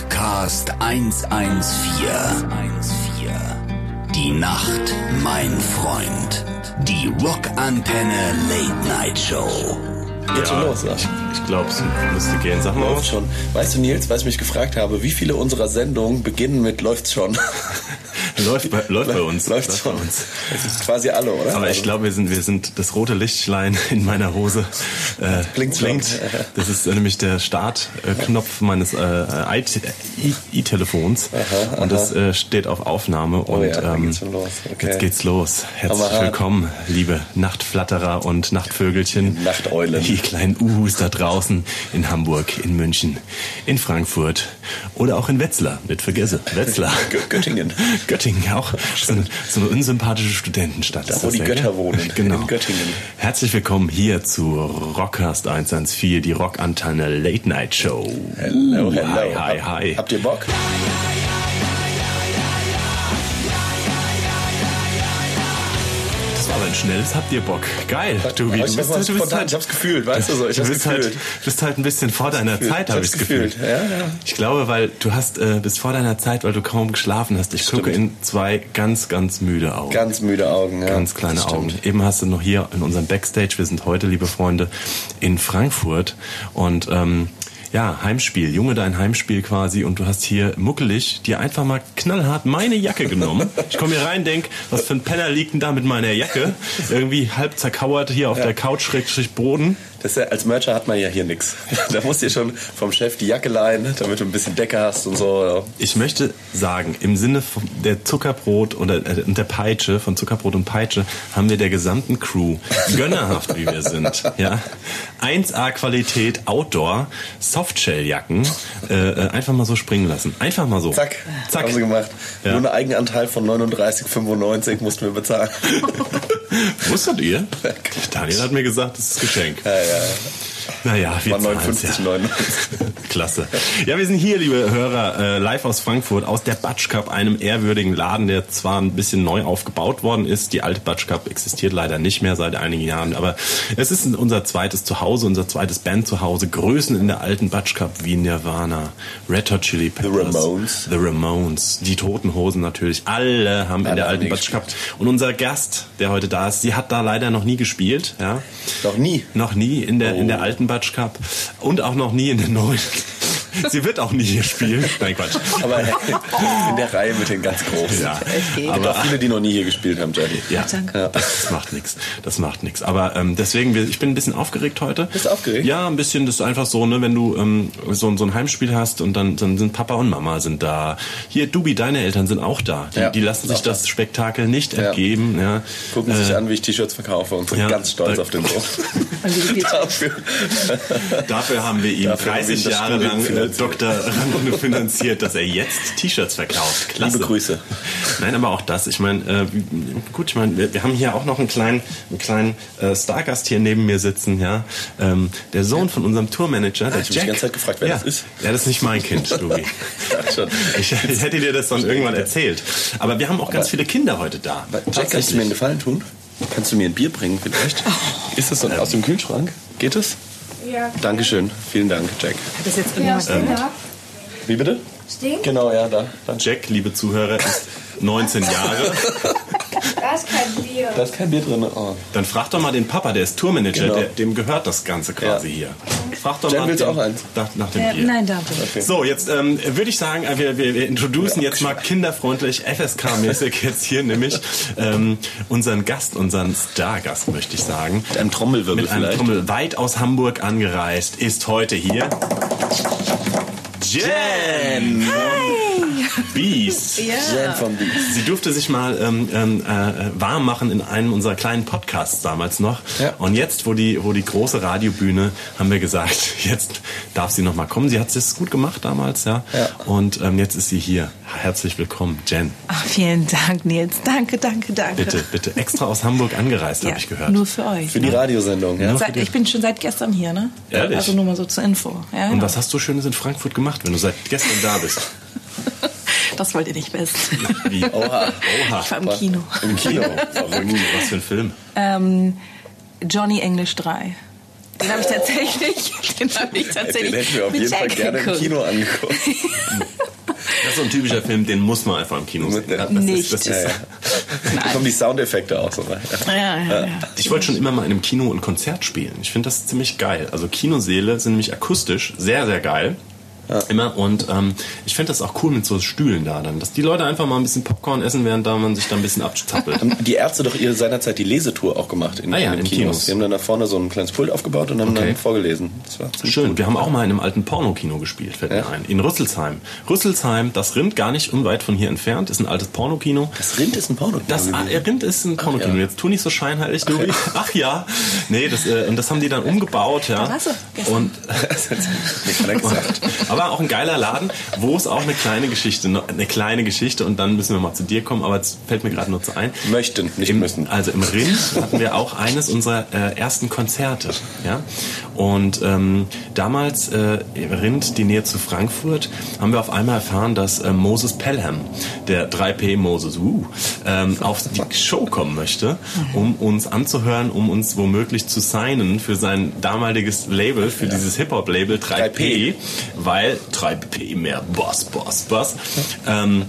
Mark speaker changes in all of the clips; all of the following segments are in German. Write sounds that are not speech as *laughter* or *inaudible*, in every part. Speaker 1: Podcast 114. Die Nacht, mein Freund. Die Rockantenne Late Night Show.
Speaker 2: Geht schon los, oder?
Speaker 3: Ich, ich glaube, es müsste gehen. Sag mal
Speaker 2: Läuft
Speaker 3: was.
Speaker 2: schon. Weißt du, Nils, weil ich mich gefragt habe, wie viele unserer Sendungen beginnen mit läuft's schon?
Speaker 3: *laughs* Läuft bei, läuft bei uns.
Speaker 2: Läuft's schon. Das ist quasi alle, oder?
Speaker 3: Aber
Speaker 2: Also,
Speaker 3: ich glaube, wir sind, wir sind das rote Lichtlein in meiner Hose. Äh,
Speaker 2: Blinkt schon.
Speaker 3: blinkt. Das ist äh, nämlich der Startknopf meines äh, äh, i- i- i-Telefons. Und das äh, steht auf Aufnahme. Und
Speaker 2: Oh ja, da
Speaker 3: ähm,
Speaker 2: geht's schon los. Okay.
Speaker 3: jetzt geht's los. Herzlich
Speaker 2: Hammerhart.
Speaker 3: willkommen, liebe Nachtflatterer und Nachtvögelchen.
Speaker 2: Nachteulen.
Speaker 3: Die kleinen Uhus da draußen in Hamburg, in München, in Frankfurt oder auch in Wetzlar. Nicht vergesse, Wetzlar.
Speaker 2: Gö- Göttingen.
Speaker 3: *laughs* Göttingen auch. So eine, so eine unsympathische Studentenstadt.
Speaker 2: Da,
Speaker 3: ist
Speaker 2: wo
Speaker 3: das
Speaker 2: die
Speaker 3: ja,
Speaker 2: Götter
Speaker 3: gell?
Speaker 2: wohnen,
Speaker 3: Genau.
Speaker 2: in Göttingen.
Speaker 3: Herzlich willkommen hier zu Rockcast 114, die Rockantenne Late Night Show.
Speaker 2: Hello, hello.
Speaker 3: Hi, hi,
Speaker 2: Hab-
Speaker 3: hi.
Speaker 2: Habt ihr Bock?
Speaker 3: das war aber ein schnelles Habt ihr Bock? Geil, du, wie,
Speaker 2: Aber
Speaker 3: du
Speaker 2: ich
Speaker 3: bist,
Speaker 2: hab mal
Speaker 3: du bist
Speaker 2: spontan-
Speaker 3: halt,
Speaker 2: ich hab's gefühlt, weißt du so, ich
Speaker 3: du
Speaker 2: hab's
Speaker 3: bist halt,
Speaker 2: gefühlt.
Speaker 3: bist halt ein bisschen vor deiner Zeit, habe
Speaker 2: hab's
Speaker 3: ich das Gefühl.
Speaker 2: gefühlt, ja, ja.
Speaker 3: Ich glaube, weil du hast äh, bis vor deiner Zeit, weil du kaum geschlafen hast. Ich gucke in zwei ganz, ganz müde Augen.
Speaker 2: Ganz müde Augen, ja.
Speaker 3: Ganz
Speaker 2: Das
Speaker 3: kleine
Speaker 2: stimmt.
Speaker 3: Augen. Eben hast du noch hier in unserem Backstage, wir sind heute, liebe Freunde, in Frankfurt und ähm, ja, Heimspiel, Junge, dein Heimspiel quasi und du hast hier muckelig dir einfach mal knallhart meine
Speaker 2: *laughs*
Speaker 3: Jacke genommen. Ich komme hier rein, denk, was für ein Penner liegt denn da mit meiner Jacke? Irgendwie halb zerkauert hier auf der Couch, Schrägstrich Boden.
Speaker 2: Das ist ja, als Mercher hat man ja hier nix. *laughs* Da musst du dir schon vom Chef die Jacke leihen, damit du ein bisschen Decke hast und so.
Speaker 3: Ich möchte sagen, im Sinne von der Zuckerbrot und der, äh, und der Peitsche, von Zuckerbrot und Peitsche, haben wir der gesamten Crew, gönnerhaft wie wir sind, ja, 1A-Qualität Outdoor, Softshell-Jacken, äh, äh, einfach mal so springen lassen. Einfach mal so.
Speaker 2: Zack,
Speaker 3: Zack.
Speaker 2: haben sie gemacht.
Speaker 3: Ja.
Speaker 2: Nur einen Eigenanteil von 39,95 mussten wir
Speaker 3: *laughs*
Speaker 2: bezahlen.
Speaker 3: Wusstet ihr? Daniel hat mir gesagt, das ist Geschenk.
Speaker 2: ja, ja.
Speaker 3: Naja, wir
Speaker 2: Äh, War
Speaker 3: zahlen's
Speaker 2: 59, 59.
Speaker 3: Klasse. Ja, wir sind hier, liebe Hörer, äh, live aus Frankfurt, aus der Batsch Cup, einem ehrwürdigen Laden, der zwar ein bisschen neu aufgebaut worden ist. Die alte Batsch Cup existiert leider nicht mehr seit einigen Jahren, aber es ist unser zweites Zuhause, unser zweites Band Zuhause. Größen in der alten Batsch Cup wie Nirvana, Red Hot Chili Peppers,
Speaker 2: Ramones.
Speaker 3: The Ramones, die Toten Hosen natürlich. Alle haben in
Speaker 2: Alle
Speaker 3: der
Speaker 2: haben
Speaker 3: alten
Speaker 2: die
Speaker 3: Batsch Cup. Und unser Gast, der heute da ist, die hat da leider noch nie gespielt, ja.
Speaker 2: *laughs* Noch nie.
Speaker 3: Noch nie in der, in der
Speaker 2: Oh.
Speaker 3: alten Batsch Cup und auch noch nie in
Speaker 2: *laughs*
Speaker 3: der neuen. Sie wird auch nie hier spielen. Nein, Quatsch.
Speaker 2: Aber *laughs* in der Reihe mit den ganz Großen.
Speaker 3: ja,
Speaker 2: Es gibt
Speaker 3: aber
Speaker 2: auch viele, die noch nie hier gespielt haben, Jenny.
Speaker 3: ja, das macht nichts. Das macht nichts. Aber ähm, deswegen, wir- ich bin ein bisschen aufgeregt heute.
Speaker 2: Bist du aufgeregt?
Speaker 3: Ja, ein bisschen. Das ist einfach so, ne, wenn du ähm, so, so ein Heimspiel hast und dann, dann sind Papa und Mama sind da. Hier, Dubi, deine Eltern sind auch da. Die,
Speaker 2: Ja,
Speaker 3: die lassen sich
Speaker 2: auch da.
Speaker 3: das Spektakel nicht entgeben. Ja.
Speaker 2: Gucken sich an, wie ich T-Shirts verkaufe und sind
Speaker 3: Äh. ja.
Speaker 2: ganz stolz auf den Sohn.
Speaker 3: *laughs*
Speaker 2: Dafür.
Speaker 3: Dafür haben wir ihm
Speaker 2: Dafür haben wir ihm
Speaker 3: 30
Speaker 2: das
Speaker 3: Jahre
Speaker 2: Studium
Speaker 3: lang äh,
Speaker 2: finanziert.
Speaker 3: Doktorande finanziert, dass er jetzt T-Shirts verkauft. Klasse.
Speaker 2: Liebe Grüße.
Speaker 3: Nein, aber auch das. Ich meine, äh, gut, ich meine, wir, wir haben hier auch noch einen kleinen, einen kleinen äh, Stargast hier neben mir sitzen, ja. Ähm, der Sohn von unserem Tourmanager,
Speaker 2: Ah, ich
Speaker 3: der
Speaker 2: hab mich
Speaker 3: Jack.
Speaker 2: die ganze Zeit gefragt, wer
Speaker 3: ja.
Speaker 2: das ist.
Speaker 3: Ja, das ist nicht mein Kind, Stubi.
Speaker 2: *laughs* Ja, schon. *laughs*
Speaker 3: ich, ich hätte dir das dann irgendwann erzählt. Aber wir haben auch ganz viele Kinder heute da.
Speaker 2: Jack, kannst du mir einen Gefallen tun? Kannst du mir ein Bier bringen vielleicht? Ist das so
Speaker 3: Ähm.
Speaker 2: aus dem Kühlschrank? Geht es?
Speaker 4: Ja. genau.
Speaker 2: Dankeschön. Vielen Dank, Jack.
Speaker 4: Hat das jetzt irgendwas gemacht?
Speaker 2: Wie bitte?
Speaker 4: Stehen?
Speaker 2: Genau, ja, da. Dann.
Speaker 3: Jack, liebe Zuhörer, ist 19 Jahre.
Speaker 4: Da ist kein Bier.
Speaker 2: Da ist kein Bier drin. Oh.
Speaker 3: Dann frag doch mal den Papa, der ist Tourmanager,
Speaker 2: Genau.
Speaker 3: der, dem gehört das Ganze quasi
Speaker 2: Ja.
Speaker 3: hier. Frag doch
Speaker 2: Jen,
Speaker 3: mal
Speaker 2: willst du
Speaker 3: den-
Speaker 2: auch eins?
Speaker 3: nach, nach dem
Speaker 5: Äh,
Speaker 3: Bier.
Speaker 5: nein, danke.
Speaker 3: So, jetzt ähm, würde ich sagen, äh, wir, wir, wir introducen jetzt mal kinderfreundlich, FSK-mäßig jetzt hier nämlich ähm, unseren Gast, unseren Stargast, möchte ich sagen.
Speaker 2: Mit einem Trommelwirbel
Speaker 3: Mit einem
Speaker 2: vielleicht.
Speaker 3: Trommel weit aus Hamburg angereist, ist heute hier Jen Beast.
Speaker 2: Jan von Beats.
Speaker 3: Sie durfte sich mal ähm, ähm, äh, warm machen in einem unserer kleinen Podcasts damals noch.
Speaker 2: Ja.
Speaker 3: Und jetzt, wo die, wo die große Radiobühne, haben wir gesagt, *laughs* jetzt darf sie noch mal kommen. Sie hat es gut gemacht damals, ja.
Speaker 2: Ja.
Speaker 3: Und ähm, jetzt ist sie hier. Herzlich willkommen, Jen.
Speaker 5: Ach, vielen Dank, Nils. Danke, danke, danke. *laughs*
Speaker 3: Bitte, bitte. Extra aus Hamburg angereist,
Speaker 5: Ja,
Speaker 3: habe ich gehört.
Speaker 5: Nur für euch.
Speaker 2: Für die
Speaker 5: ne?
Speaker 2: Radiosendung, ja?
Speaker 5: seit, ich bin schon seit gestern hier, ne?
Speaker 3: Ehrlich?
Speaker 5: Also nur mal so zur Info. Ja,
Speaker 3: Und
Speaker 5: ja.
Speaker 3: was hast du Schönes in Frankfurt gemacht, wenn du seit gestern da bist?
Speaker 5: *laughs* Das wollt ihr nicht wissen.
Speaker 3: Wie?
Speaker 2: Oha.
Speaker 3: Oha.
Speaker 5: *laughs* Ich war *laughs* im Kino.
Speaker 2: Im Kino.
Speaker 3: Verrückt. Was für ein Film.
Speaker 5: Ähm, Johnny English 3. Den habe
Speaker 2: *laughs*
Speaker 5: ich tatsächlich, den habe ich tatsächlich
Speaker 2: Den hätten wir auf
Speaker 5: mit
Speaker 2: jeden Fall
Speaker 5: Jack
Speaker 2: gerne im
Speaker 3: *laughs*
Speaker 5: geguckt.
Speaker 2: Kino angeguckt.
Speaker 3: Das ist so ein typischer Film, den muss man einfach im Kino sehen.
Speaker 2: Ja, das
Speaker 5: Nicht.
Speaker 3: Das ist,
Speaker 2: Ja,
Speaker 3: das
Speaker 2: ja.
Speaker 3: ist,
Speaker 2: Da kommen die Soundeffekte auch so rein.
Speaker 5: *laughs* Ja, ja, ja.
Speaker 3: ich wollte schon immer mal in einem Kino ein Konzert spielen. Ich finde das ziemlich geil. Also Kinosäle sind nämlich akustisch sehr, sehr geil. Immer und ähm, ich finde das auch cool mit so Stühlen da dann, dass die Leute einfach mal ein bisschen Popcorn essen, während da man sich da ein bisschen abzappelt.
Speaker 2: Haben Die Ärzte doch ihre seinerzeit die Lesetour auch gemacht in,
Speaker 3: Ah ja,
Speaker 2: in den
Speaker 3: in
Speaker 2: Kinos.
Speaker 3: Kinos.
Speaker 2: Die haben dann da vorne so ein kleines Pult aufgebaut und haben
Speaker 3: Okay.
Speaker 2: dann vorgelesen. Das war ziemlich
Speaker 3: Schön.
Speaker 2: gut.
Speaker 3: Wir haben auch mal in einem alten Pornokino gespielt, fällt
Speaker 2: Ja?
Speaker 3: mir ein. In Rüsselsheim. Rüsselsheim, das Rind gar nicht unweit von hier entfernt, ist ein altes Pornokino.
Speaker 2: Das Rind ist ein Porno.
Speaker 3: Das
Speaker 2: gewesen.
Speaker 3: äh, Rind ist ein Pornokino.
Speaker 2: ja.
Speaker 3: Jetzt tu nicht so scheinheilig, Ach, Ach ja. Nee, das, äh, und das haben die dann umgebaut, ja.
Speaker 5: hast du gestern.
Speaker 3: und, *laughs*
Speaker 2: Nicht hat er gesagt.
Speaker 3: aber auch ein geiler Laden, wo es auch eine kleine Geschichte, eine kleine Geschichte, und dann müssen wir mal zu dir kommen, aber es fällt mir gerade nur zu ein.
Speaker 2: Möchten, nicht
Speaker 3: Im,
Speaker 2: müssen.
Speaker 3: Also im Rind hatten wir auch eines unserer äh, ersten Konzerte. Ja? Und ähm, damals äh, im Rind, die Nähe zu Frankfurt, haben wir auf einmal erfahren, dass äh, Moses Pelham, der 3P Moses, uh, ähm, auf die Show kommen möchte, um uns anzuhören, um uns womöglich zu signen für sein damaliges Label, für dieses Hip-Hop-Label
Speaker 2: 3P.
Speaker 3: 3P, weil 3P mehr Boss, Boss, Boss. Ähm,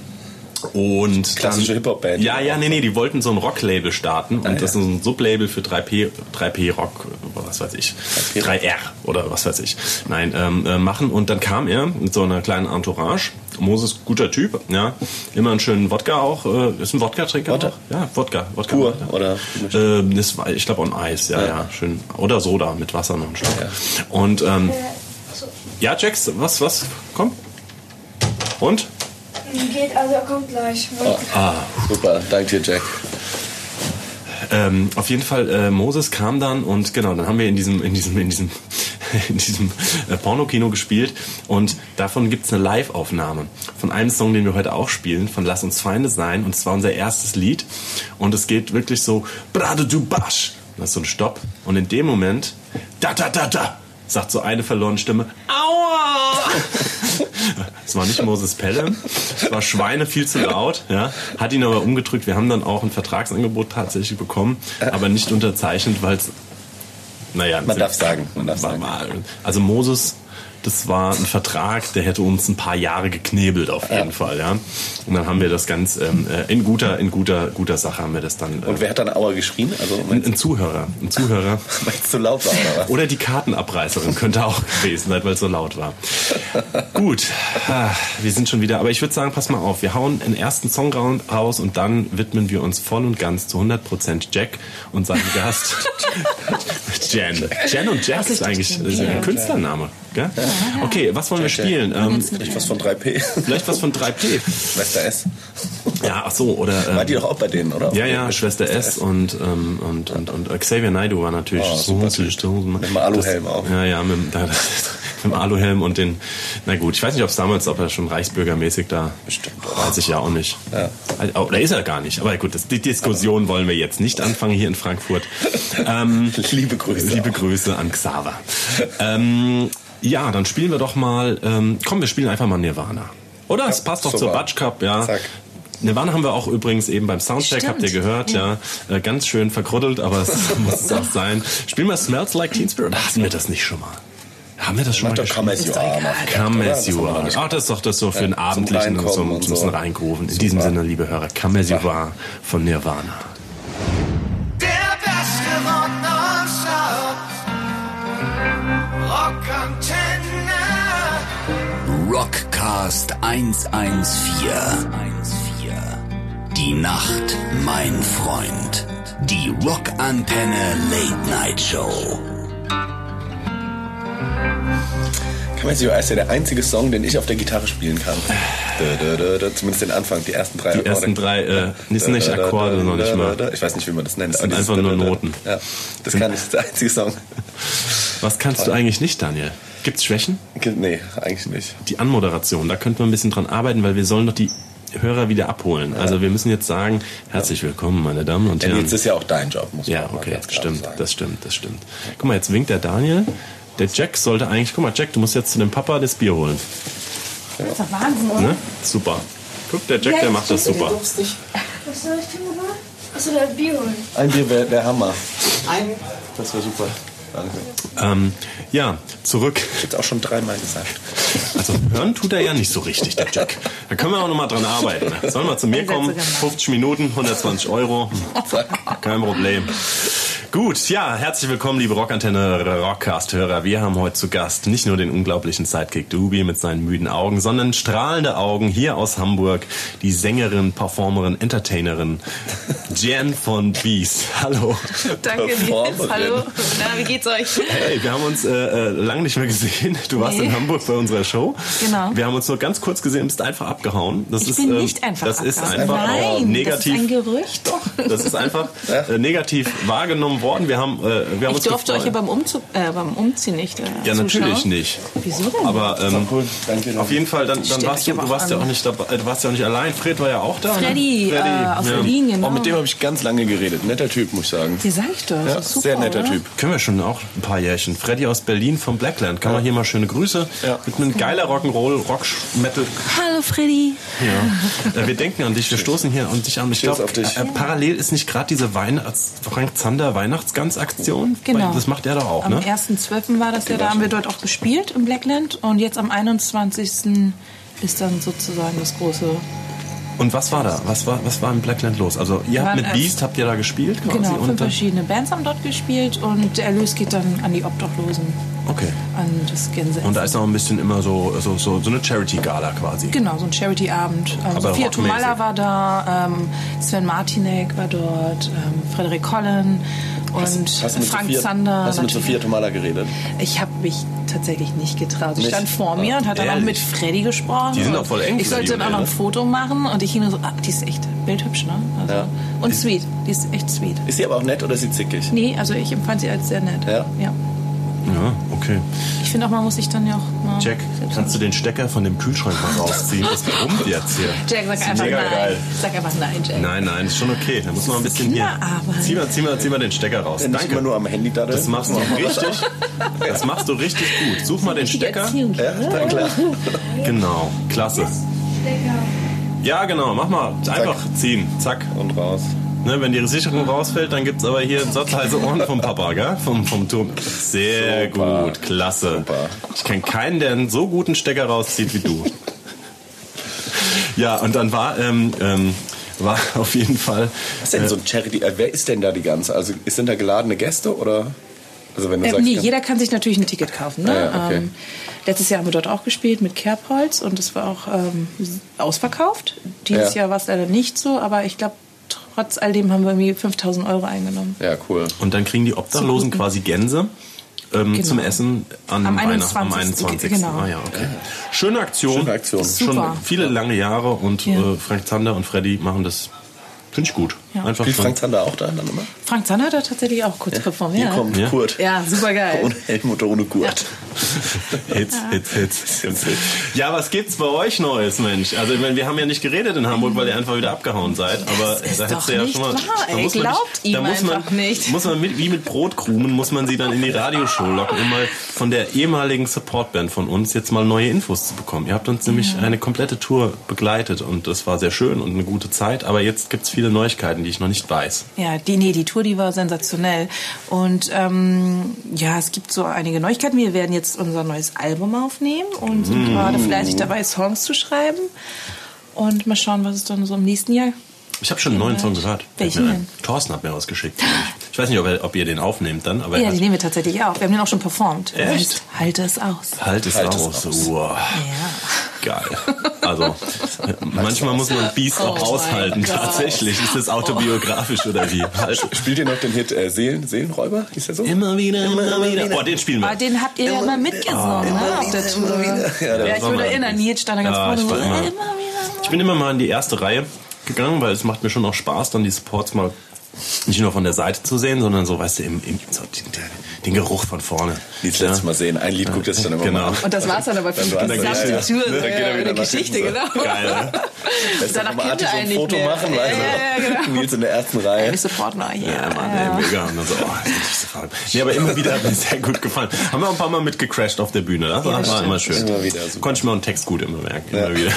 Speaker 3: und
Speaker 2: Klassische
Speaker 3: dann-
Speaker 2: Hip-Hop-Band.
Speaker 3: Ja, ja, nee, nee, die wollten so ein Rock-Label starten und
Speaker 2: Ah,
Speaker 3: das
Speaker 2: ja.
Speaker 3: ist so ein Sublabel für 3P, 3P Rock, was weiß ich,
Speaker 2: 3P.
Speaker 3: 3R oder was weiß ich. Nein, ähm, äh, machen und dann kam er mit so einer kleinen Entourage. Moses, guter Typ, ja, immer einen schönen Wodka auch, äh, ist ein Wodka-Trinker.
Speaker 2: Wodka?
Speaker 3: auch? Ja, Wodka, Wodka.
Speaker 2: Pur, oder?
Speaker 3: Ähm, das war, ich glaube, on Eis, ja, ja, schön. Oder Soda mit Wasser noch ein Stück. Und, ähm,
Speaker 4: So,
Speaker 3: ja, Jax, was, was, komm. Und?
Speaker 4: geht also, kommt gleich.
Speaker 2: Super, danke dir, Jack.
Speaker 3: Ähm, auf jeden Fall, äh, Moses kam dann und genau, dann haben wir in diesem, in diesem, in diesem, *laughs* in diesem äh, Pornokino gespielt und davon gibt's eine Live-Aufnahme von einem Song, den wir heute auch spielen, von Lass uns Feinde sein und zwar unser erstes Lied und es geht wirklich so, Brade du Basch, das ist so ein Stopp und in dem Moment, da da da da, sagt so eine verlorene Stimme, aua! Es war nicht Moses Pelham, es war Schweine viel zu laut, ja. Hat ihn aber umgedrückt. Wir haben dann auch ein Vertragsangebot tatsächlich bekommen, aber nicht unterzeichnet, weil es, naja,
Speaker 2: Äh. Man darf sagen, man darf
Speaker 3: war,
Speaker 2: sagen.
Speaker 3: War, also Moses, das war ein Vertrag, der hätte uns ein paar Jahre geknebelt auf jeden Fall, ja. Und dann haben wir das ganz ähm, äh, in guter, in guter, guter Sache haben wir das dann. Äh,
Speaker 2: Und wer hat dann Auer geschrien? Also,
Speaker 3: ein,
Speaker 2: *laughs* meinst
Speaker 3: ein Zuhörer, ein Zuhörer.
Speaker 2: meinst du laut war oder was?
Speaker 3: Oder die Kartenabreißerin könnte auch gewesen sein, weil es so laut war. Gut, ah, wir sind schon wieder. Aber ich würde sagen, pass mal auf, wir hauen den ersten Song ra- raus und dann widmen wir uns voll und ganz zu 100% Jack und seinem Gast Jan. Jan und Jack ist eigentlich ist ein Künstlername. Gell? Okay, was wollen wir
Speaker 2: Jack, Jack.
Speaker 3: spielen? Ähm,
Speaker 2: Vielleicht was von 3P?
Speaker 3: vielleicht was von 3P.
Speaker 2: *laughs* Schwester S.
Speaker 3: Ja, ach so, oder. ähm,
Speaker 2: War die doch auch bei denen, oder? Äh,
Speaker 3: ja, ja, Schwester S und, ähm, und, und, und äh, Xavier Naidoo war natürlich
Speaker 2: Oh,
Speaker 3: so
Speaker 2: super
Speaker 3: so-
Speaker 2: Typ.
Speaker 3: so-
Speaker 2: Mit dem Aluhelm
Speaker 3: das,
Speaker 2: auch.
Speaker 3: Ja, ja, mit, dem- da, *laughs* da, mit dem Aluhelm und den. Na gut, ich weiß nicht, ob es damals, ob er schon reichsbürgermäßig da.
Speaker 2: Bestimmt.
Speaker 3: Weiß ich ja auch nicht. Also, Oder ist er gar nicht. Aber gut, das, die Diskussion wollen wir jetzt nicht anfangen hier
Speaker 2: *laughs*
Speaker 3: in Frankfurt. Ähm,
Speaker 2: Liebe Grüße.
Speaker 3: Liebe Grüße an Xaver. ähm, ja, dann spielen wir doch mal. Ähm, komm, wir spielen einfach mal Nirvana. Oder? es passt doch
Speaker 2: super.
Speaker 3: zur Batsch Cup, ja.
Speaker 2: Zack.
Speaker 3: Nirvana haben wir auch übrigens eben beim Soundcheck,
Speaker 5: Stimmt.
Speaker 3: habt ihr gehört, ja. Äh, ganz schön verkruddelt, aber es *laughs* muss es auch sein. Spielen wir Smells Like Teen Spirit. Oder hatten wir das nicht schon mal? Haben wir das schon
Speaker 2: Mach
Speaker 3: mal
Speaker 2: doch Come
Speaker 3: gespielt?
Speaker 2: As You Are. mal.
Speaker 3: Come
Speaker 2: Oder?
Speaker 3: as you
Speaker 2: Das haben wir
Speaker 3: are.
Speaker 2: noch nicht
Speaker 3: Ach, das ist doch das so für
Speaker 2: Ja,
Speaker 3: den
Speaker 2: zum
Speaker 3: abendlichen, zum,
Speaker 2: Reinkommen
Speaker 3: zum,
Speaker 2: und
Speaker 3: ein bisschen
Speaker 2: so.
Speaker 3: reingrooven. In diesem
Speaker 2: Super.
Speaker 3: Sinne, liebe Hörer, Come as you are von Nirvana.
Speaker 6: Der beste Rock nonstop. Rock Antenne.
Speaker 1: Rockcast 114. Die Nacht, mein Freund. Die Rockantenne Late Night Show.
Speaker 2: Come As You Are ist ja der einzige Song, den ich auf der Gitarre spielen kann. Dö, dö, dö, dö. Zumindest den Anfang, die ersten drei
Speaker 3: Die ersten drei, äh, die sind nicht Akkorde, noch nicht mal.
Speaker 2: Ich weiß nicht, wie man das nennt. Das
Speaker 3: sind einfach nur Noten.
Speaker 2: Ja, das kann ich, das ist der einzige Song. *laughs*
Speaker 3: Was kannst du eigentlich nicht, Daniel? Gibt's Schwächen?
Speaker 2: Nee, eigentlich nicht.
Speaker 3: die Anmoderation. Da könnten wir ein bisschen dran arbeiten, weil wir sollen doch die Hörer wieder abholen. Also wir müssen jetzt sagen, herzlich willkommen, meine Damen und
Speaker 2: Ja, nee,
Speaker 3: Herren.
Speaker 2: das ist ja auch dein Job, muss
Speaker 3: Ja,
Speaker 2: man mal
Speaker 3: okay,
Speaker 2: ganz klar
Speaker 3: stimmt,
Speaker 2: sagen.
Speaker 3: das stimmt, das stimmt. Guck mal, jetzt winkt der Daniel. Der Jack sollte eigentlich, guck mal, Jack, du musst jetzt zu dem Papa das Bier holen.
Speaker 5: Das ist doch Wahnsinn, oder?
Speaker 3: Ne? Super. Guck, der Jack, der macht das super.
Speaker 4: Was soll ich denn mal? Achso, der Bier holen.
Speaker 2: Ein Bier wäre wär Hammer.
Speaker 7: Ein,
Speaker 2: Das wäre super.
Speaker 3: Ähm, ja, zurück.
Speaker 2: Jetzt auch schon dreimal gesagt.
Speaker 3: Also hören tut er ja nicht so richtig, der Jack. Da können wir auch nochmal dran arbeiten. Sollen wir zu mir kommen? 50 Minuten, 120 Euro. Kein Problem. Gut, ja, herzlich willkommen, liebe Rockantenne Rockcast-Hörer. Wir haben heute zu Gast nicht nur den unglaublichen Sidekick Dubi mit seinen müden Augen, sondern strahlende Augen hier aus Hamburg, die Sängerin, Performerin, Entertainerin Jan von Bies. Hallo.
Speaker 5: Danke, Nils.
Speaker 2: Performerin.
Speaker 5: Hallo. Na, wie geht's euch?
Speaker 3: Hey, wir haben uns äh, äh, lang nicht mehr gesehen. Du warst
Speaker 5: Nee.
Speaker 3: in Hamburg bei unserer Show.
Speaker 5: Genau.
Speaker 3: Wir haben uns nur ganz kurz gesehen und bist einfach abgehauen. Das
Speaker 5: Ich
Speaker 3: ist,
Speaker 5: bin
Speaker 3: ähm,
Speaker 5: nicht einfach
Speaker 3: Das ist
Speaker 5: abgehauen.
Speaker 3: einfach
Speaker 5: Nein,
Speaker 3: auch negativ.
Speaker 5: Das ist ein Gerücht. Doch.
Speaker 3: Das ist
Speaker 5: *laughs*
Speaker 3: einfach äh, negativ wahrgenommen worden. Wir haben, äh, wir haben
Speaker 5: Ich
Speaker 3: uns
Speaker 5: durfte
Speaker 3: gefreut.
Speaker 5: euch ja beim, Umzug, äh, beim Umziehen nicht äh,
Speaker 3: ja
Speaker 5: zuschauen.
Speaker 3: natürlich nicht.
Speaker 5: Wieso denn?
Speaker 3: Aber ähm,
Speaker 2: Cool, danke.
Speaker 3: auf jeden Fall, dann, dann
Speaker 5: Stellt
Speaker 3: warst
Speaker 5: euch
Speaker 3: du,
Speaker 5: aber
Speaker 3: du
Speaker 5: auch
Speaker 3: warst ja
Speaker 5: an.
Speaker 3: auch nicht dabei, äh, du warst ja auch nicht allein. Fred war ja auch da.
Speaker 5: Freddy,
Speaker 3: ne?
Speaker 5: äh, aus Berlin, genau.
Speaker 2: Auch mit dem habe ich ganz lange geredet. Netter Typ, muss ich sagen.
Speaker 5: Dir sag ich doch.
Speaker 2: Ja,
Speaker 5: das ist super,
Speaker 2: sehr netter
Speaker 5: oder?
Speaker 2: Typ.
Speaker 3: Können wir schon auch ein paar Jährchen. Freddy aus Berlin vom Blackland. Kann man hier mal schöne Grüße.
Speaker 2: Ja.
Speaker 3: Mit einem geiler Rock'n'Roll, Rock-Metal.
Speaker 5: Hallo, Freddy.
Speaker 3: Ja. Äh, wir denken an dich, wir stoßen hier an dich an. Ich
Speaker 2: Cheers
Speaker 3: glaube,
Speaker 2: auf dich.
Speaker 3: äh, parallel ist nicht gerade diese Weihnachts Frank Zander Weihnachtsgans-Aktion.
Speaker 5: Genau.
Speaker 3: Das macht er doch auch,
Speaker 5: Am
Speaker 3: ne?
Speaker 5: 1.12. war das ja, da haben wir dort auch gespielt im Blackland. Und jetzt am 21. ist dann sozusagen das große.
Speaker 3: Und was war da? Was war, was war im Blackland los? Also ihr habt
Speaker 5: Waren
Speaker 3: mit
Speaker 5: erst-
Speaker 3: Beast habt ihr da gespielt quasi
Speaker 5: Genau, fünf
Speaker 3: und dann,
Speaker 5: verschiedene Bands haben dort gespielt und der Erlös geht dann an die Obdachlosen,
Speaker 3: okay.
Speaker 5: an das Gänseessen.
Speaker 3: Und da ist noch ein bisschen immer so so, so, so eine Charity Gala quasi.
Speaker 5: Genau, so ein Charity-Abend. Ähm,
Speaker 3: Aber
Speaker 5: Sophia
Speaker 3: rockmäßig.
Speaker 5: Tomala war da, ähm, Sven Martinek war dort, ähm, Frederik Hollen und
Speaker 2: Hast du mit
Speaker 5: Frank
Speaker 2: Sophia,
Speaker 5: Zander.
Speaker 2: Hast du mit
Speaker 5: natürlich.
Speaker 2: Sophia Tomala geredet?
Speaker 5: Ich habe mich tatsächlich nicht getraut. Sie
Speaker 2: Nicht?
Speaker 5: stand vor mir und hat dann auch
Speaker 3: Ehrlich?
Speaker 5: mit Freddy gesprochen.
Speaker 3: Die sind
Speaker 5: und
Speaker 3: auch voll eng,
Speaker 5: Ich sollte
Speaker 3: Freddy und
Speaker 5: dann auch noch
Speaker 3: er,
Speaker 5: ein
Speaker 3: ne?
Speaker 5: Foto machen und ich hing nur so, ah, die ist echt bildhübsch, ne? Also,
Speaker 2: Ja.
Speaker 5: Und sweet, die ist echt sweet.
Speaker 2: Ist sie aber auch nett oder ist sie zickig?
Speaker 5: Nee, also ich empfand sie als sehr nett.
Speaker 2: Ja?
Speaker 3: Ja, okay.
Speaker 5: Ich finde auch, man muss sich dann ja auch mal...
Speaker 3: Jack, kannst du den Stecker von dem Kühlschrank mal rausziehen? Das brummt jetzt hier.
Speaker 5: Jack, sag
Speaker 3: Ist
Speaker 5: einfach
Speaker 3: mega
Speaker 5: nein.
Speaker 3: geil.
Speaker 5: Sag einfach nein, Jack.
Speaker 3: Nein, nein, ist schon okay. Da muss man ein bisschen hier.
Speaker 5: Kinderarbeit.
Speaker 3: Zieh mal, zieh mal, zieh mal den Stecker raus.
Speaker 2: Wenn ich
Speaker 3: Danke.
Speaker 2: immer nur am Handy daddeln. *laughs*
Speaker 3: Das machst du richtig. Das machst du richtig gut. Such mal den
Speaker 5: Richtige
Speaker 3: Stecker.
Speaker 5: Erziehung,
Speaker 2: Ja,
Speaker 5: ne?
Speaker 2: na klar.
Speaker 3: Genau, klasse.
Speaker 4: Stecker.
Speaker 3: Ja, genau, mach mal. Einfach ziehen. Zack.
Speaker 2: Und raus.
Speaker 3: Ne, wenn die Sicherung rausfällt, dann gibt's aber hier einen Satz heiße Ohren vom Papa, gell? Vom, vom Turm. Sehr
Speaker 2: Super.
Speaker 3: gut, klasse.
Speaker 2: Super.
Speaker 3: Ich kenne keinen, der einen so guten Stecker rauszieht wie du. ja, und dann war, ähm, ähm, war *laughs* auf jeden Fall.
Speaker 2: Was ist denn so ein Charity? Äh, wer ist denn da die ganze? Also sind da geladene Gäste oder? Also wenn du
Speaker 5: Ähm,
Speaker 2: sagst,
Speaker 5: nee,
Speaker 2: ja.
Speaker 5: jeder kann sich natürlich ein Ticket kaufen. Ne?
Speaker 2: Ah ja, okay.
Speaker 5: ähm, letztes Jahr haben wir dort auch gespielt mit Kerbholz und es war auch ähm, ausverkauft. Dieses
Speaker 2: Ja.
Speaker 5: Jahr war es leider nicht so, aber ich glaube, trotz all dem haben wir irgendwie 5000 Euro eingenommen.
Speaker 2: ja, cool.
Speaker 3: Und dann kriegen die Obdachlosen quasi Gänse ähm,
Speaker 5: Genau.
Speaker 3: zum Essen an
Speaker 5: Am
Speaker 3: Weihnachten, am
Speaker 5: 21..
Speaker 3: 21.
Speaker 5: Genau.
Speaker 3: Ah, ja, okay. Schöne Aktion.
Speaker 2: Schöne Aktion.
Speaker 5: Ist
Speaker 3: Schon
Speaker 5: super.
Speaker 3: viele lange Jahre und
Speaker 5: Ja.
Speaker 3: äh, Frank Zander und Freddy machen das, finde ich gut.
Speaker 5: Ja.
Speaker 3: Einfach
Speaker 2: Spielt
Speaker 3: schon.
Speaker 2: Frank Zander auch da dann immer?
Speaker 5: Frank Zander hat da tatsächlich auch kurz performt.
Speaker 2: Hier
Speaker 5: Ja,
Speaker 2: kommt
Speaker 3: Ja.
Speaker 2: Kurt.
Speaker 5: ja super geil.
Speaker 2: Ohne Helm oder ohne Kurt.
Speaker 3: *laughs* Hits, Hits, Hits. Ja, was gibt's bei euch Neues, Mensch? Also, ich meine, wir haben ja nicht geredet in Hamburg, weil ihr einfach wieder abgehauen seid. Aber
Speaker 5: ist
Speaker 3: da hättest
Speaker 5: doch
Speaker 3: du ja
Speaker 5: nicht
Speaker 3: schon mal.
Speaker 5: wahr,
Speaker 3: da
Speaker 5: ey.
Speaker 3: muss man
Speaker 5: Glaubt
Speaker 3: nicht, da
Speaker 5: ihm
Speaker 3: muss man,
Speaker 5: einfach nicht.
Speaker 3: Muss man mit, wie mit Brotkrumen, muss man sie dann in die Radioshow locken, um mal von der ehemaligen Supportband von uns jetzt mal neue Infos zu bekommen. Ihr habt uns nämlich eine komplette Tour begleitet und das war sehr schön und eine gute Zeit. Aber jetzt gibt's viele Neuigkeiten, die ich noch nicht weiß.
Speaker 5: Ja, die, nee, die Tour, die war sensationell. Und ähm, ja, es gibt so einige Neuigkeiten. Wir werden jetzt unser neues Album aufnehmen und
Speaker 2: Mm.
Speaker 5: sind gerade fleißig dabei, Songs zu schreiben. Und mal schauen, was es dann so im nächsten Jahr
Speaker 3: Ich habe schon einen neuen Song gehört. Fällt
Speaker 5: Welchen
Speaker 3: mir
Speaker 5: denn?
Speaker 3: ein. Thorsten hat mir was geschickt. Ich weiß nicht, ob, er, ob ihr den aufnehmt dann, aber er
Speaker 5: Ja,
Speaker 3: hat-
Speaker 5: die nehmen wir tatsächlich auf. Wir haben den auch schon performt.
Speaker 3: Echt?
Speaker 5: Heißt, Halte es aus.
Speaker 3: Halt es
Speaker 2: Halt es
Speaker 3: aus.
Speaker 2: aus.
Speaker 3: Wow. Geil.
Speaker 2: *laughs*
Speaker 3: Also, manchmal muss man Beast auch
Speaker 5: Oh
Speaker 3: aushalten.
Speaker 5: mein Gott.
Speaker 3: Tatsächlich. Ist das autobiografisch
Speaker 2: *laughs*
Speaker 3: oder wie? Halt.
Speaker 2: Spielt ihr noch den Hit äh, Seelen, Seelenräuber? Hieß der so?
Speaker 3: Immer wieder, immer wieder. Boah, den spielen
Speaker 5: Aber
Speaker 3: wir.
Speaker 5: Ah, den habt ihr ja immer mitgesungen, ne? Auf der Tour. Ja, ich
Speaker 3: war
Speaker 5: würde
Speaker 3: mal-
Speaker 5: erinnern, Nils stand da ganz
Speaker 3: Ja,
Speaker 5: vorne.
Speaker 3: ich war
Speaker 5: so,
Speaker 3: immer-
Speaker 5: "Äh, immer wieder.
Speaker 3: Ich bin immer mal in die erste Reihe gegangen, weil es macht mir schon auch Spaß, dann die Supports mal nicht nur von der Seite zu sehen, sondern so, weißt du, im, im, so den, den Geruch von vorne.
Speaker 2: Dieses letzte Mal sehen. Ein Lied guckt es dann immer
Speaker 3: Genau.
Speaker 2: mal. an.
Speaker 5: Und das war's dann aber für die
Speaker 2: Dann war-
Speaker 5: gesamte
Speaker 2: ja, ja.
Speaker 5: Tour.
Speaker 2: Ne, dann geht er
Speaker 5: Ja,
Speaker 2: wieder
Speaker 5: eine
Speaker 2: nach
Speaker 5: Geschichte,
Speaker 2: hinten.
Speaker 5: genau.
Speaker 3: *laughs* Geil, ne?
Speaker 2: Lässt
Speaker 5: Danach
Speaker 2: dann nochmal
Speaker 5: kennt
Speaker 2: Arti
Speaker 5: er
Speaker 2: so
Speaker 5: einen
Speaker 2: ein
Speaker 5: nicht
Speaker 2: Foto
Speaker 5: mehr.
Speaker 2: machen,
Speaker 5: Ja,
Speaker 2: weißt
Speaker 5: ja, genau. ja,
Speaker 2: du? Nils in der ersten Reihe.
Speaker 5: Wir supporten euch.
Speaker 3: Ja, Mann,
Speaker 5: ja.
Speaker 3: ey, mega. Und dann so, oh, hat mir nicht so gefallen. Nee, aber immer wieder hat mir sehr gut gefallen. Haben wir auch ein paar Mal mitgecrashed auf der Bühne. Das war
Speaker 5: stimmt.
Speaker 3: immer schön.
Speaker 2: Immer wieder, super.
Speaker 3: Konnte ich mir einen Text gut immer merken. Immer
Speaker 5: *laughs*
Speaker 3: wieder. Ähm,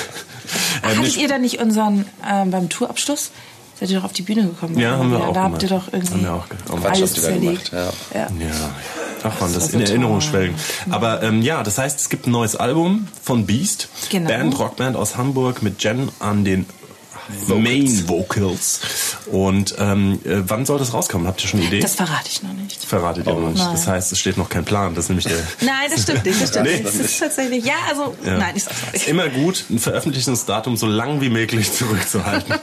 Speaker 5: Hattet
Speaker 3: ich-
Speaker 5: ihr dann nicht unseren, ähm, beim Tourabschluss, seid ihr doch auf die Bühne gekommen?
Speaker 3: Ja, haben wir auch
Speaker 5: Da habt
Speaker 3: gemacht.
Speaker 5: ihr doch irgendwie
Speaker 3: Haben wir auch ge- auch
Speaker 5: alles
Speaker 2: Quatsch habt ihr da
Speaker 5: zerlegt.
Speaker 2: gemacht,
Speaker 5: ja.
Speaker 3: ja, Ach man, das,
Speaker 5: Das war
Speaker 3: in
Speaker 5: so
Speaker 3: Erinnerung
Speaker 5: toll.
Speaker 3: schwelgen. Aber ähm, ja, das heißt, es gibt ein neues Album von Beast.
Speaker 5: Genau.
Speaker 3: Band, Rockband aus Hamburg mit Jen an den Main Vocals. Und ähm, äh, wann soll das rauskommen? Habt ihr schon eine Idee?
Speaker 5: Das verrate ich noch nicht.
Speaker 3: verratet ihr noch nicht.
Speaker 5: Nein.
Speaker 3: Das heißt, es steht noch kein Plan. Das ist nämlich der.
Speaker 5: Nein, das stimmt nicht. Das stimmt
Speaker 3: Nee.
Speaker 5: nicht. Das ist tatsächlich. Ja, also
Speaker 3: Ja.
Speaker 5: nein, ich sag's
Speaker 3: Ist
Speaker 5: nicht.
Speaker 3: immer gut, ein Veröffentlichungsdatum so lang wie möglich
Speaker 5: *laughs*
Speaker 3: zurückzuhalten.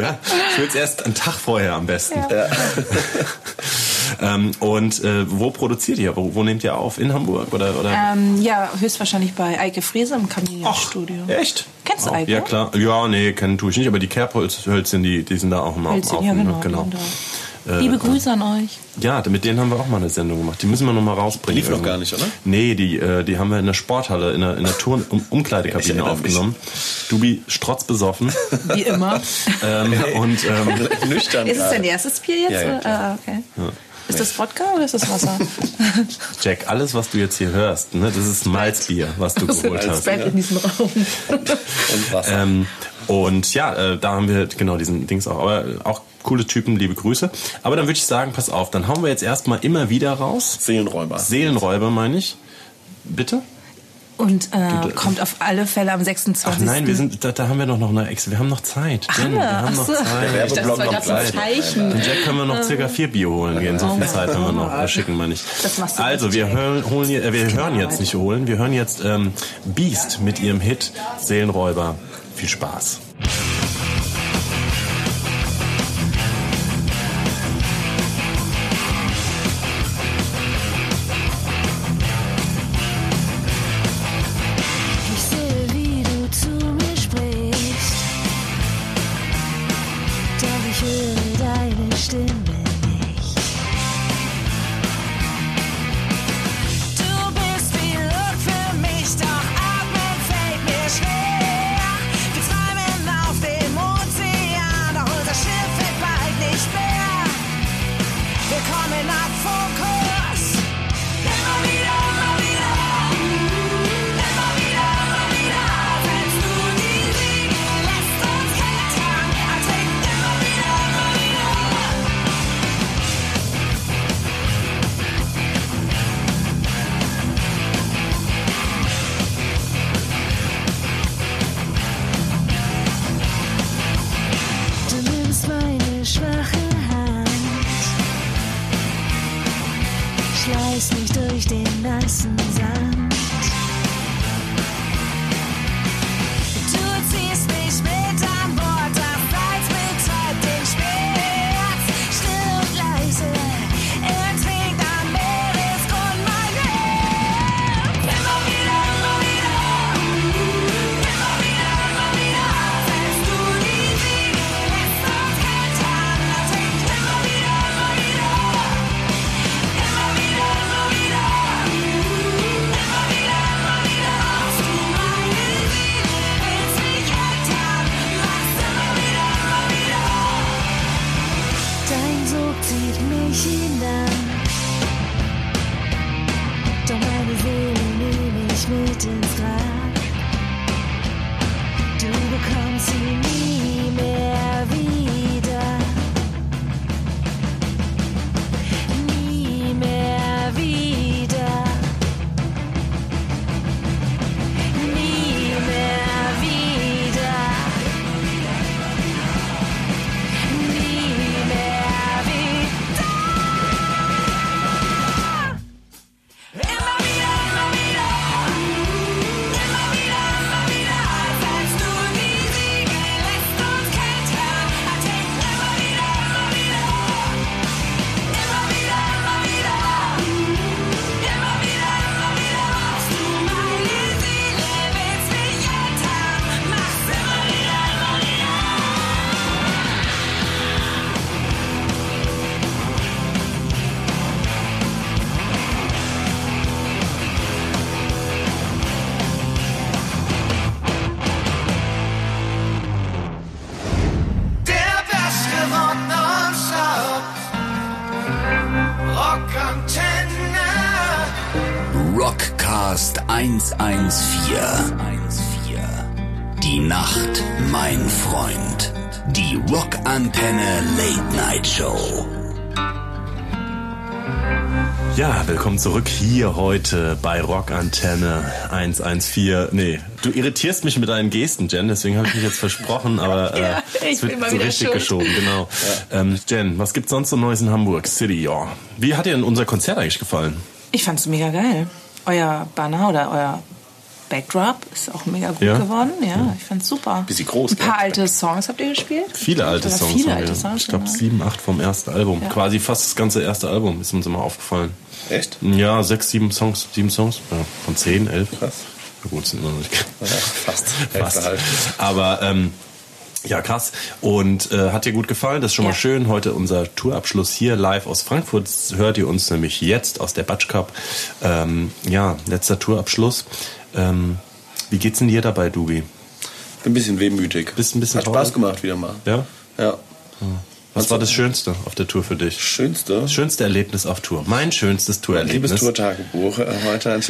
Speaker 3: ja? Ich würde es erst einen Tag vorher am besten. *laughs* ähm, und äh, wo produziert ihr? Wo, wo nehmt ihr auf? In Hamburg oder? oder?
Speaker 5: Ähm, ja, höchstwahrscheinlich bei Eike Frese im Chameleon-Studio.
Speaker 3: Echt?
Speaker 5: Kennst du
Speaker 3: Oh,
Speaker 5: Eike?
Speaker 3: Ja, klar. Ja, nee, kennen tue ich nicht, aber die Kerbholzhölzchen, die, die sind da auch immer
Speaker 5: Hölzchen,
Speaker 3: am
Speaker 5: ja,
Speaker 3: Laufen,
Speaker 5: genau,
Speaker 3: ne?
Speaker 5: die sind da. Liebe
Speaker 3: Äh.
Speaker 5: Grüße an euch.
Speaker 3: Ja, mit denen haben wir auch mal eine Sendung gemacht. Die müssen wir noch mal rausbringen.
Speaker 2: Lief noch
Speaker 3: irgendwie.
Speaker 2: gar nicht, oder?
Speaker 3: Nee, die, äh, die haben wir in der Sporthalle, in der, in der Turn um
Speaker 2: Ich
Speaker 3: Umkleidekabine
Speaker 2: erinnere mich.
Speaker 3: aufgenommen. Dubi
Speaker 2: *laughs*
Speaker 3: strotzbesoffen.
Speaker 5: Wie
Speaker 3: *laughs*
Speaker 5: immer.
Speaker 3: ähm, und ähm,
Speaker 2: Nüchtern.
Speaker 5: ist es
Speaker 2: gerade.
Speaker 5: dein erstes Bier jetzt?
Speaker 2: Ja, ja,
Speaker 5: oder?
Speaker 2: klar.
Speaker 5: ah, okay. Ist das Wodka oder ist
Speaker 3: *laughs*
Speaker 5: das Wasser?
Speaker 3: *laughs* Jack, alles, was du jetzt hier hörst, ne, das ist Malzbier, was du geholt
Speaker 5: Das
Speaker 3: hast. ne?
Speaker 5: bleibt in diesem Raum.
Speaker 2: Und Wasser.
Speaker 3: Ähm, und ja, äh, da haben wir genau diesen Dings auch. Aber auch coole Typen, liebe Grüße. Aber dann würde ich sagen, pass auf, dann hauen wir jetzt erstmal immer wieder raus.
Speaker 2: Seelenräuber.
Speaker 3: Seelenräuber meine ich. Bitte?
Speaker 5: Und äh, kommt auf alle Fälle am
Speaker 3: Ach
Speaker 5: 26.
Speaker 3: nein, wir sind, da, da haben wir doch noch eine Ex. Wir haben noch Zeit.
Speaker 5: Ach, haben
Speaker 3: Jen,
Speaker 5: wir?
Speaker 3: wir haben
Speaker 5: Ach
Speaker 3: noch
Speaker 5: so.
Speaker 3: Zeit.
Speaker 5: Ich dachte,
Speaker 2: Werbeblock
Speaker 5: das war gerade so
Speaker 2: noch
Speaker 5: ein
Speaker 2: bleibt.
Speaker 5: Zeichen.
Speaker 3: Den Jack können wir noch
Speaker 5: Ähm.
Speaker 3: circa vier Bier holen gehen. So viel Zeit haben wir noch. Äh, schicken wir nicht.
Speaker 5: Oh Das machst du
Speaker 3: Also,
Speaker 5: nicht,
Speaker 3: wir
Speaker 5: Jack.
Speaker 3: hören, holen, hier- äh, wir hören jetzt nicht holen. Wir hören jetzt ähm, Beast mit ihrem Hit Seelenräuber. Viel Spaß.
Speaker 7: Ich sehe, wie du zu mir sprichst. Doch ich höre deine Stimme nicht.
Speaker 6: Du bist wie Luft für mich, doch atmen fällt mir schwer. Wir träumen auf dem Ozean, doch unser Schiff wird bald nicht mehr. Wir kommen ab vom Kurs. Immer wieder, immer wieder. Immer wieder, immer wieder. Wenn du die Liebe lässt uns klettern, ertrinken immer wieder, immer wieder.
Speaker 7: Du nimmst meine schwache Hand. Schleiß mich durch den nassen Sand.
Speaker 6: Du ziehst mich mit an Bord, das Salz betäubt den Schmerz. Still und leise, er trägt am Meeresgrund mein Herz. Immer wieder, immer wieder, immer wieder, immer wieder. Selbst du die Segel lässt uns klettern, er trägt immer wieder, immer wieder. Immer wieder, immer wieder, immer wieder, immer wieder. Hast du meine Willst mich retten, mach's immer wieder, immer wieder.
Speaker 7: Dein Sog zieht mich hinan. Doch meine Seele nehme ich mit ins Grab. Du bekommst sie nie mehr wieder. Nie mehr wieder. Nie mehr wieder. Nie mehr wieder.
Speaker 6: Immer wieder, immer wieder, immer wieder, immer wieder. Als du die Segel lässt uns klettern, hat immer wieder, immer wieder, immer wieder, immer wieder, immer wieder, immer wieder. Hast du meine Seele, willst mich retten, mach's immer wieder, immer wieder.
Speaker 8: Der beste Rock nonstop. Rock Antenne.
Speaker 1: Rockcast 114. Die Nacht, mein Freund. Die Rockantenne Late Night Show.
Speaker 3: Ja, willkommen zurück hier heute bei Rockantenne 114. Nee, du irritierst mich mit deinen Gesten, Jen, deswegen habe ich mich jetzt versprochen, aber äh,
Speaker 5: *laughs* Ja, ich
Speaker 3: es
Speaker 5: bin
Speaker 3: wird
Speaker 5: mal
Speaker 3: so
Speaker 5: wieder
Speaker 3: richtig
Speaker 5: schuld.
Speaker 3: geschoben, genau. Ähm, Jen, was gibt's sonst so Neues in Hamburg City? Ja. Wie hat dir denn unser Konzert eigentlich gefallen?
Speaker 5: Ich fand's mega geil. Euer Banner oder euer Backdrop ist auch mega gut
Speaker 3: Ja?
Speaker 5: geworden. Ja, ich fand's super.
Speaker 2: Bisschen groß,
Speaker 5: Ein paar
Speaker 2: gell?
Speaker 5: alte Songs habt ihr gespielt?
Speaker 3: Viele alte
Speaker 5: Oder
Speaker 3: Songs.
Speaker 5: Viele
Speaker 3: haben
Speaker 5: alte
Speaker 3: wir.
Speaker 5: Songs.
Speaker 3: ich glaube
Speaker 5: genau.
Speaker 3: sieben, acht vom ersten Album. Quasi fast das ganze erste Album ist uns immer aufgefallen.
Speaker 2: Echt?
Speaker 3: Ja, sechs, sieben Songs, sieben Songs. Ja, von zehn, elf.
Speaker 2: Krass.
Speaker 3: Na gut, sind immer noch nicht.
Speaker 2: fast.
Speaker 3: *laughs* fast.
Speaker 2: Hälfte halt.
Speaker 3: Aber ähm, ja, krass. Und äh, hat dir gut gefallen? Das ist schon
Speaker 5: Ja.
Speaker 3: mal schön. Heute unser Tourabschluss hier live aus Frankfurt. Das hört ihr uns nämlich jetzt aus der Batsch Cup. Ähm, ja, letzter Tourabschluss. Ähm, wie geht's denn dir dabei,
Speaker 2: Bin
Speaker 3: Dubi?
Speaker 2: ein bisschen wehmütig.
Speaker 3: Bist ein bisschen
Speaker 2: Hat
Speaker 3: traurig?
Speaker 2: Spaß gemacht wieder mal.
Speaker 3: Ja? Hm.
Speaker 2: Ja.
Speaker 3: Was war das Schönste auf der Tour für dich?
Speaker 2: Also Schönste.
Speaker 3: Das schönste Erlebnis auf Tour. Mein schönstes Tourerlebnis.
Speaker 2: Liebes Tourtagebuch äh, heute. an-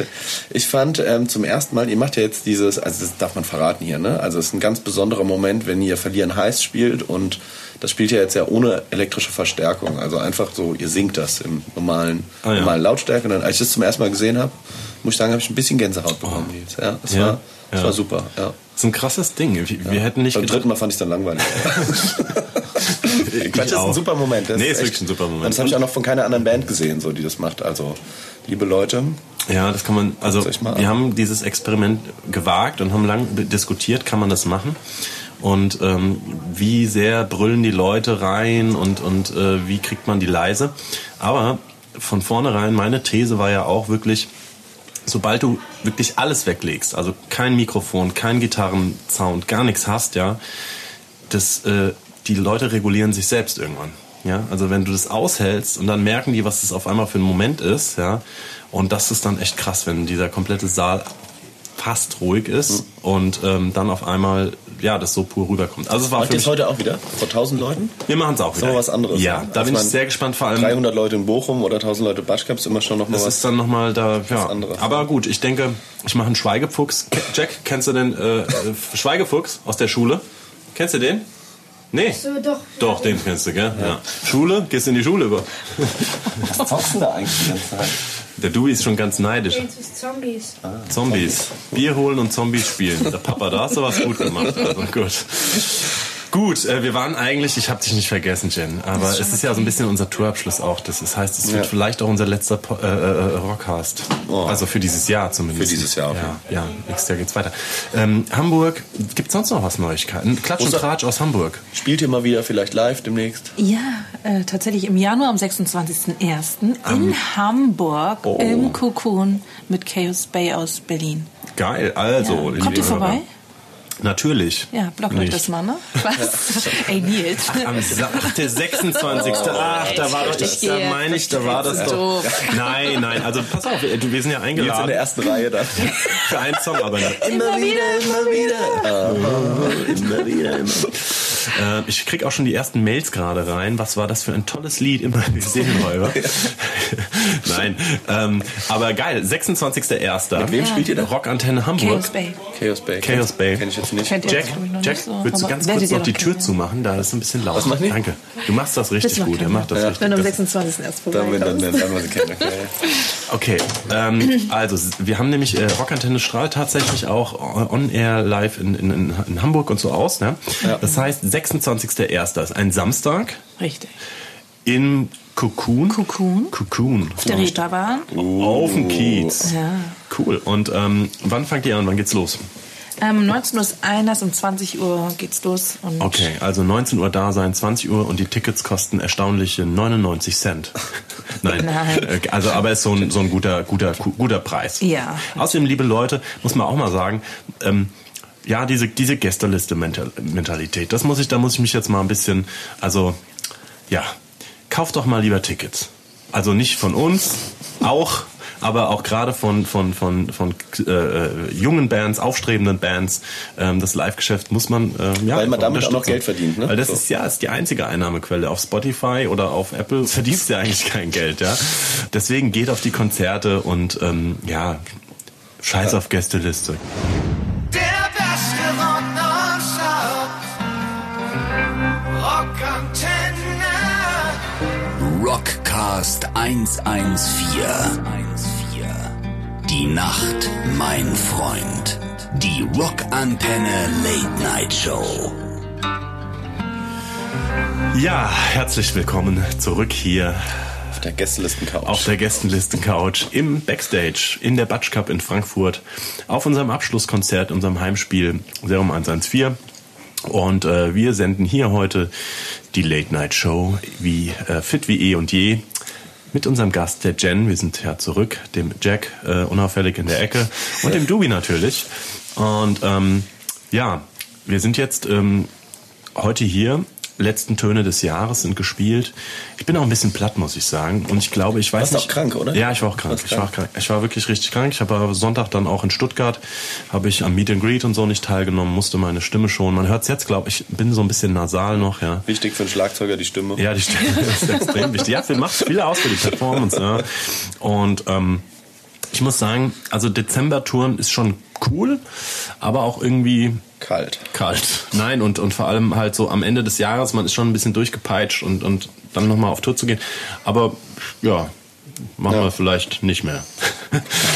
Speaker 2: Ich fand ähm, zum ersten Mal, ihr macht ja jetzt dieses, also das darf man verraten hier, ne? Also es ist ein ganz besonderer Moment, wenn ihr Verlieren heiß spielt und das spielt ihr jetzt ja ohne elektrische Verstärkung. Also einfach so, ihr singt das im normalen,
Speaker 3: Ah, ja.
Speaker 2: normalen Lautstärke. Und dann, als ich das zum ersten Mal gesehen habe, muss ich sagen, habe ich ein bisschen Gänsehaut bekommen. Nils. Ja, das,
Speaker 3: Oh. Ja,
Speaker 2: War, das
Speaker 3: ja.
Speaker 2: war super. Ja.
Speaker 3: Das ist ein krasses Ding. Wir, wir hätten nicht
Speaker 2: Beim
Speaker 3: gedacht-
Speaker 2: dritten Mal fand ich es dann
Speaker 3: *laughs*
Speaker 2: langweilig.
Speaker 3: Ich
Speaker 2: Quatsch, das ist
Speaker 3: auch.
Speaker 2: ein super Moment. Das
Speaker 3: Nee, ist
Speaker 2: echt-
Speaker 3: wirklich ein super Moment.
Speaker 2: Und das habe ich auch noch von keiner anderen Band gesehen, so, die das macht. Also, liebe Leute,
Speaker 3: Ja, das kann man, also
Speaker 2: Soll ich mal-
Speaker 3: wir haben dieses Experiment gewagt und haben lang be- diskutiert, kann man das machen? Und ähm, wie sehr brüllen die Leute rein und, und äh, wie kriegt man die leise? Aber von vornherein, meine These war ja auch wirklich, sobald du wirklich alles weglegst, also kein Mikrofon, kein Gitarrensound, gar nichts hast, ja, das, äh, die Leute regulieren sich selbst irgendwann. Ja, also wenn du das aushältst und dann merken die, was das auf einmal für ein Moment ist, ja, und das ist dann echt krass, wenn dieser komplette Saal fast ruhig
Speaker 2: Mhm.
Speaker 3: ist und ähm, dann auf einmal ja das so pur rüberkommt. Also es war
Speaker 2: macht
Speaker 3: für
Speaker 2: ihr es
Speaker 3: mich,
Speaker 2: heute auch wieder? Vor 1000 Leuten?
Speaker 3: wir machen es auch
Speaker 2: Ist
Speaker 3: wieder.
Speaker 2: aber was anderes.
Speaker 3: Ja,
Speaker 2: ne?
Speaker 3: da
Speaker 2: Als
Speaker 3: bin ich
Speaker 2: man
Speaker 3: sehr gespannt. Vor allem
Speaker 2: 300 Leute in Bochum oder 1000 Leute Batschkap ist immer schon noch mal
Speaker 3: Das
Speaker 2: was.
Speaker 3: ist dann nochmal da, ja.
Speaker 2: anderes.
Speaker 3: Aber gut, ich denke, ich mache einen Schweigefuchs. Ke- Jack, kennst du den äh, äh, Schweigefuchs aus der Schule? Kennst du den? Nee.
Speaker 4: So, doch.
Speaker 3: Doch, den kennst du, gell? Ja. Schule? Gehst in die Schule über?
Speaker 2: was hockst du da eigentlich die ganze Zeit?
Speaker 3: Der Dewey ist schon ganz neidisch.
Speaker 4: Jetzt ist Zombies.
Speaker 3: Zombies. Bier holen und Zombies spielen. Der Papa, da hast du was gut gemacht. Also gut. Gut, äh, wir waren eigentlich, ich habe dich nicht vergessen, Jen, aber es ist ja so ein bisschen unser Tourabschluss auch. Das ist, heißt, es
Speaker 2: Ja.
Speaker 3: wird vielleicht auch unser letzter Po- äh, äh, äh, Rockcast.
Speaker 2: Oh.
Speaker 3: Also für dieses Jahr zumindest.
Speaker 2: Für dieses Jahr, okay.
Speaker 3: Ja, ja nächstes Jahr geht's weiter. Ähm, Hamburg, gibt's sonst noch was Neuigkeiten? Klatsch und
Speaker 2: Unser-
Speaker 3: Tratsch aus Hamburg.
Speaker 2: Spielt ihr mal wieder vielleicht live demnächst?
Speaker 5: Ja, äh, tatsächlich im Januar am 26.01. in Hamburg
Speaker 3: Oh.
Speaker 5: im Cocoon mit Chaos Bay aus Berlin.
Speaker 3: Geil, also.
Speaker 5: ja. Kommt
Speaker 3: liebe
Speaker 5: ihr vorbei?
Speaker 3: Hörer. Natürlich.
Speaker 5: Ja, blockt euch
Speaker 3: Nicht. *laughs*
Speaker 5: das mal, ne? Was? Ey, Nils.
Speaker 3: Am Sa- Ach, der 26. Ach, da war doch das,
Speaker 5: Oh, Ich
Speaker 3: da
Speaker 5: gehe.
Speaker 3: meine ich, da war das
Speaker 5: Jetzt
Speaker 3: doch.
Speaker 5: doof.
Speaker 3: Nein, nein, also pass auf, wir wir sind ja
Speaker 2: Jetzt in der
Speaker 3: eingeladen
Speaker 2: ersten Reihe
Speaker 3: *laughs*
Speaker 2: dann.
Speaker 3: für einen Song, aber nicht.
Speaker 2: immer wieder, immer wieder. Immer wieder, immer
Speaker 3: Äh, ich krieg auch schon die ersten Mails gerade rein. Was war das für ein tolles Lied? Immer die Seelenräuber. Nein, ähm, aber geil, 26.01.
Speaker 2: Mit wem spielt ihr da?
Speaker 3: Rockantenne Hamburg.
Speaker 5: Chaos Bay.
Speaker 2: Ah, Chaos Bay.
Speaker 3: Chaos Bay.
Speaker 2: Kenn ich jetzt nicht.
Speaker 5: Kennt ihr
Speaker 3: Jack,
Speaker 5: jetzt, glaub ich, noch
Speaker 3: Jack,
Speaker 5: nicht so,
Speaker 3: willst du
Speaker 5: aber
Speaker 3: ganz
Speaker 5: werdet
Speaker 3: kurz
Speaker 5: ihr
Speaker 3: noch die
Speaker 5: noch
Speaker 3: Tür
Speaker 5: kennenlernen.
Speaker 3: zumachen? Da ist ein bisschen laut.
Speaker 2: Was mach ich?
Speaker 3: Danke. Du machst das richtig
Speaker 5: macht
Speaker 3: gut. Er
Speaker 5: keiner.
Speaker 3: macht um das
Speaker 2: Ja.
Speaker 3: richtig.
Speaker 5: Wenn du um am
Speaker 3: Das-
Speaker 5: 26. erst
Speaker 2: Dann, wenn, dann,
Speaker 5: vorbeikommst.
Speaker 2: dann, dann, wir sie
Speaker 3: *laughs*
Speaker 2: kennen. Okay. *laughs*
Speaker 3: Okay,
Speaker 5: *clears throat*
Speaker 3: ähm, also s- wir haben nämlich äh, Rockantenne strahlt tatsächlich auch on air live in, in, in- in Hamburg und so aus. Ne? Das heißt 26.01. ist ein Samstag
Speaker 5: Richtig.
Speaker 3: Hm. im Cocoon.
Speaker 5: Cocoon.
Speaker 3: Cocoon.
Speaker 5: Auf der Reeperbahn.
Speaker 3: Auf dem Kiez.
Speaker 5: Ja.
Speaker 3: Cool. Und ähm, wann fangt ihr an? Wann geht's los?
Speaker 5: Ähm, 19 Uhr ist Einlass, um 20 Uhr geht's los. Und
Speaker 3: Okay, also 19 Uhr da sein, 20 Uhr und die Tickets kosten erstaunliche 99
Speaker 5: *laughs*
Speaker 3: Cent. Nein,
Speaker 5: Nein.
Speaker 3: Äh, also aber ist so ein, so ein guter, guter, gu- guter Preis.
Speaker 5: Ja.
Speaker 3: Außerdem, liebe Leute, muss man auch mal sagen, ähm, ja, diese, diese Gästeliste-Mentalität, das muss ich, da muss ich mich jetzt mal ein bisschen, also, ja, kauft doch mal lieber Tickets. Also nicht von uns, auch, aber auch gerade von, von, von, von äh, äh, jungen Bands, aufstrebenden Bands. Ähm, das Live-Geschäft muss man, ähm, ja.
Speaker 2: Weil man damit auch noch
Speaker 3: unterstützen.
Speaker 2: Geld verdient, ne?
Speaker 3: Weil das
Speaker 2: So.
Speaker 3: ist ja ist die einzige Einnahmequelle. Auf Spotify oder auf Apple *laughs* verdienst du ja eigentlich kein Geld, ja. Deswegen geht auf die Konzerte und ähm, ja, scheiß auf Gästeliste.
Speaker 8: Der beste Rock nonstop. Rockantenne.
Speaker 1: Rockcast Rockcast 114. Die Nacht, mein Freund. Die Rockantenne Late Night Show.
Speaker 3: Ja, herzlich willkommen zurück hier
Speaker 2: Auf der Gästelistencouch.
Speaker 3: auf der Gästenlisten-Couch im Backstage in der Batsch Cup in Frankfurt auf unserem Abschlusskonzert, unserem Heimspiel Serum 114. Und äh, wir senden hier heute die Late Night Show, wie äh, fit wie eh und je, mit unserem Gast, der Jen. Wir sind ja zurück, dem Jack, äh, unauffällig in der Ecke und dem Dubi natürlich. Und ähm, ja, wir sind jetzt ähm, heute hier. Letzten Töne des Jahres sind gespielt. Ich bin auch ein bisschen platt, muss ich sagen. Und ich glaube, ich weiß
Speaker 2: Warst
Speaker 3: nicht.
Speaker 2: auch krank, oder?
Speaker 3: Ja, ich war auch krank.
Speaker 2: Warst
Speaker 3: Ich war
Speaker 2: krank.
Speaker 3: krank. Ich war wirklich richtig krank. Ich habe Sonntag dann auch in Stuttgart habe ich am Meet and Greet und so nicht teilgenommen, musste meine Stimme schonen. Man hört es jetzt, glaube ich, bin so ein bisschen nasal noch, ja.
Speaker 2: Wichtig für einen Schlagzeuger die Stimme.
Speaker 3: Ja, die Stimme *laughs* ist extrem wichtig. Ja, viel macht viel aus für die Performance. Ja. Und ähm, ich muss sagen, also Dezember-Touren ist schon cool, aber auch irgendwie
Speaker 2: Kalt.
Speaker 3: kalt. Nein, und, und vor allem halt so am Ende des Jahres, man ist schon ein bisschen durchgepeitscht und, und dann nochmal auf Tour zu gehen. Aber ja, machen
Speaker 2: Ja.
Speaker 3: wir vielleicht nicht mehr. *laughs*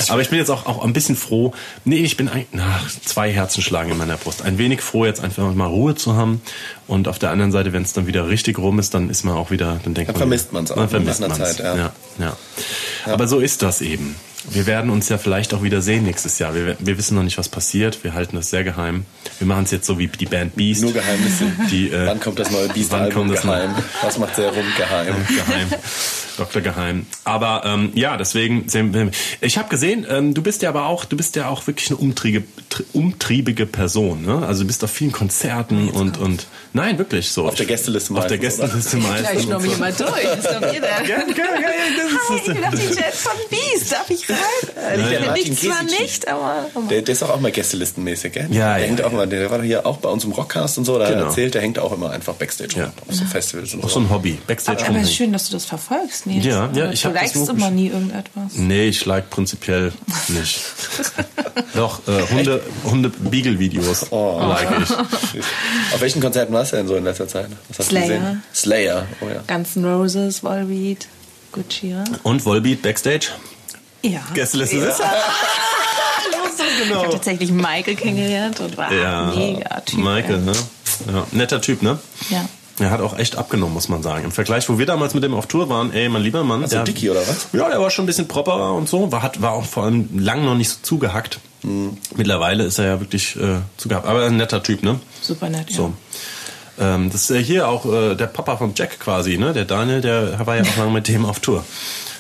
Speaker 3: Aber ich bin jetzt auch, auch ein bisschen froh. Nee, ich bin eigentlich, na, zwei Herzen schlagen in meiner Brust. Ein wenig froh, jetzt einfach mal Ruhe zu haben. Und auf der anderen Seite, wenn es dann wieder richtig rum ist, dann ist man auch wieder, dann denkt
Speaker 2: Dann
Speaker 3: man.
Speaker 2: vermisst man's auch
Speaker 3: Man
Speaker 2: nach
Speaker 3: vermisst
Speaker 2: einer
Speaker 3: man's.
Speaker 2: Zeit, ja.
Speaker 3: ja. Ja. Aber so ist das eben. Wir werden uns ja vielleicht auch wieder sehen nächstes Jahr. Wir, wir wissen noch nicht, was passiert. Wir halten das sehr geheim. Wir machen es jetzt so wie die Band Beast.
Speaker 2: Nur Geheimnisse.
Speaker 3: Die, äh,
Speaker 2: Wann kommt das neue
Speaker 3: Wann kommt
Speaker 2: Beast-Album
Speaker 3: das
Speaker 2: geheim?
Speaker 3: neue-
Speaker 2: Was macht sehr rum geheim?
Speaker 3: Geheim. Dr. Geheim. Aber ähm, ja, deswegen. Ich habe gesehen, ähm, du bist ja aber auch, du bist ja auch wirklich eine umtriebige, tr- umtriebige Person. Ne? Also du bist auf vielen Konzerten und und nein, wirklich so.
Speaker 2: Auf der Gästeliste
Speaker 3: Auf der
Speaker 2: meistens, oder?
Speaker 3: Gästeliste meistens.
Speaker 5: Gleich
Speaker 3: und
Speaker 5: noch mich
Speaker 3: so.
Speaker 5: immer durch. Das ist doch jeder.
Speaker 3: Ja, genau. ja, ja, das ist-
Speaker 5: Hi, ich bin die Jet von Beast. Darf ich rein?
Speaker 2: ja.
Speaker 5: Ich bin
Speaker 2: Martin
Speaker 5: nichts, zwar
Speaker 2: Kiesic.
Speaker 5: nicht, aber. oh
Speaker 2: Der, der ist auch, auch mal gästelistenmäßig, gell?
Speaker 3: Ja,
Speaker 2: der
Speaker 3: ja,
Speaker 2: hängt auch
Speaker 3: ja.
Speaker 2: mal, der war doch hier auch bei uns im Rockcast und so, da hat er
Speaker 3: Genau.
Speaker 2: erzählt, der hängt auch immer einfach Backstage
Speaker 3: Ja.
Speaker 2: rum, auf so Festivals und
Speaker 3: Auch so ein Hobby. Backstage
Speaker 5: Aber
Speaker 3: rumhängen.
Speaker 5: schön, dass du das verfolgst, Nils.
Speaker 3: Ja, ja, ich
Speaker 5: du
Speaker 3: hab das Hm.
Speaker 5: likest
Speaker 3: nur
Speaker 5: immer
Speaker 3: gesch-
Speaker 5: nie irgendetwas.
Speaker 3: Nee, ich like prinzipiell nicht.
Speaker 5: *laughs*
Speaker 3: Doch, äh, Hunde, Hunde Beagle-Videos
Speaker 2: Oh.
Speaker 3: like ich.
Speaker 2: Auf welchen Konzerten warst du denn so in letzter Zeit? Was hast
Speaker 5: Slayer.
Speaker 2: du gesehen? Slayer, oh ja.
Speaker 5: Guns N' Roses, Volbeat, Gujira.
Speaker 3: Und Volbeat Backstage?
Speaker 5: Ja.
Speaker 3: Gästeliste
Speaker 5: Ja.
Speaker 3: ist
Speaker 5: Ich habe tatsächlich Michael kennengelernt und war
Speaker 3: Ja,
Speaker 5: mega Typ.
Speaker 3: Michael,
Speaker 5: ey.
Speaker 3: ne? Ja, netter Typ, ne?
Speaker 5: Ja.
Speaker 3: Er hat auch echt abgenommen, muss man sagen. Im Vergleich, wo wir damals mit dem auf Tour waren, ey, mein lieber Mann.
Speaker 2: Also Dicky, oder was?
Speaker 3: Ja, der war schon ein bisschen properer und so. War, hat, war auch vor allem lang noch nicht so zugehackt.
Speaker 5: Mhm.
Speaker 3: Mittlerweile ist er ja wirklich äh, zugehackt. Aber ein netter Typ, ne?
Speaker 5: Super nett, ja.
Speaker 3: So. Ähm, das ist ja hier auch äh, der Papa von Jack quasi, ne? Der Daniel, der war ja auch lange mit dem auf Tour.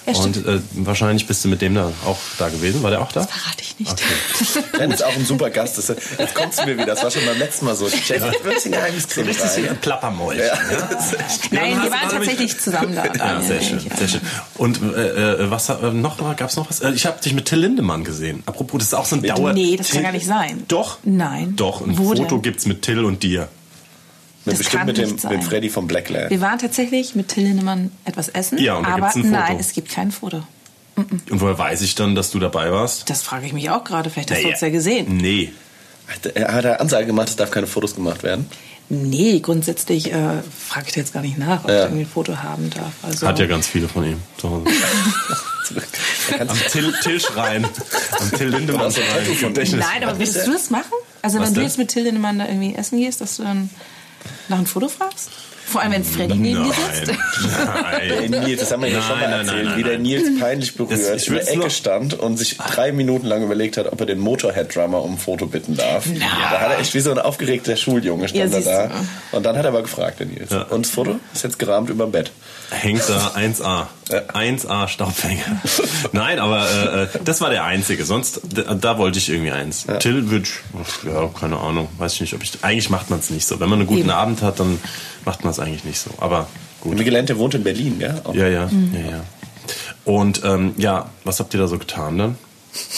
Speaker 5: Ja, stimmt.
Speaker 3: und äh, wahrscheinlich bist du mit dem da auch da gewesen. War der auch da?
Speaker 5: Verrate ich nicht.
Speaker 3: *laughs*
Speaker 2: Nein, ist auch ein super Gast. Das, jetzt kommst du mir wieder, das war schon beim letzten Mal so. Ich check jetzt wirklich ein Geheimnis drin rein.
Speaker 3: ein Plappermäulchen.
Speaker 2: Ja.
Speaker 3: *laughs*
Speaker 5: Nein, wir
Speaker 3: hast
Speaker 5: waren
Speaker 3: du alle
Speaker 5: tatsächlich zusammen da.
Speaker 3: Ja, sehr schön, sehr schön. Und äh, äh, was äh, noch gab es noch was? Äh, ich habe dich mit Till Lindemann gesehen. Apropos, das ist auch so ein Dauer.
Speaker 5: Nee, das kann
Speaker 3: Till-
Speaker 5: gar nicht sein.
Speaker 3: Doch.
Speaker 5: Nein.
Speaker 3: Doch, ein
Speaker 5: Wo
Speaker 3: Foto
Speaker 5: denn?
Speaker 3: gibt's mit Till und dir.
Speaker 2: Mit
Speaker 5: Das
Speaker 2: bestimmt
Speaker 5: kann
Speaker 2: mit, dem,
Speaker 5: nicht sein.
Speaker 2: mit Freddy vom Blackland.
Speaker 5: Wir waren tatsächlich mit Till Lindemann etwas essen,
Speaker 3: Ja, und da
Speaker 5: aber
Speaker 3: gibt's ein Foto.
Speaker 5: nein, es gibt kein Foto.
Speaker 3: Und woher weiß ich dann, dass du dabei warst?
Speaker 5: Das frage ich mich auch gerade. Vielleicht hast du
Speaker 3: Naja.
Speaker 5: uns ja gesehen.
Speaker 3: Nee.
Speaker 2: Hat er hat er Ansage gemacht, es darf keine Fotos gemacht werden.
Speaker 5: Nee, grundsätzlich äh, frage ich da jetzt gar nicht nach, ob
Speaker 2: Ja.
Speaker 5: ich irgendwie ein Foto haben darf. Also,
Speaker 3: Hat ja
Speaker 5: *laughs*
Speaker 3: ganz viele von ihm zu Hause.
Speaker 2: Da kannst
Speaker 3: Am
Speaker 2: du
Speaker 3: Till, Till schreien. Am Till Lindemann
Speaker 2: Hast du ein Tattoo
Speaker 3: schreien.
Speaker 2: von ihm?
Speaker 3: Gedächtnis.
Speaker 5: Nein, aber würdest du das machen? Also
Speaker 3: Was
Speaker 5: wenn du
Speaker 3: denn?
Speaker 5: jetzt mit Till Lindemann da irgendwie essen gehst, dass du dann nach einem Foto fragst? Vor allem, wenn Freddy neben dir sitzt.
Speaker 3: Nein.
Speaker 5: *laughs*
Speaker 3: Nein.
Speaker 2: Der Nils, das haben wir ja
Speaker 3: Nein,
Speaker 2: schon mal
Speaker 3: nein,
Speaker 2: erzählt,
Speaker 3: nein, nein,
Speaker 2: wie der
Speaker 3: nein.
Speaker 2: Nils peinlich berührt
Speaker 3: Das- ich
Speaker 2: in
Speaker 3: will's
Speaker 2: der Ecke
Speaker 3: nur-
Speaker 2: stand und sich drei Minuten lang überlegt hat, ob er den Motorhead-Drummer um ein Foto bitten darf. Da hat er echt wie so ein aufgeregter Schuljunge stand
Speaker 5: Ja,
Speaker 2: er da.
Speaker 5: siehst
Speaker 2: Und dann hat er aber gefragt, der Nils.
Speaker 3: Ja.
Speaker 2: Und das Foto ist jetzt gerahmt über dem Bett.
Speaker 3: Hängt da 1A. 1A Staubfänger. Nein, aber äh, äh, das war der einzige. Sonst, da, da wollte ich irgendwie eins. Till wird, ja, keine Ahnung, weiß ich nicht, ob ich. Eigentlich macht man es nicht so. Wenn man einen guten
Speaker 5: Eben.
Speaker 3: Abend hat, dann macht man es eigentlich nicht so. Aber
Speaker 2: Und
Speaker 3: gut.
Speaker 2: Michelante wohnt in Berlin, ja? Auch.
Speaker 3: Ja, ja,
Speaker 2: Mhm.
Speaker 3: ja, ja. Und ähm, ja, was habt ihr da so getan dann?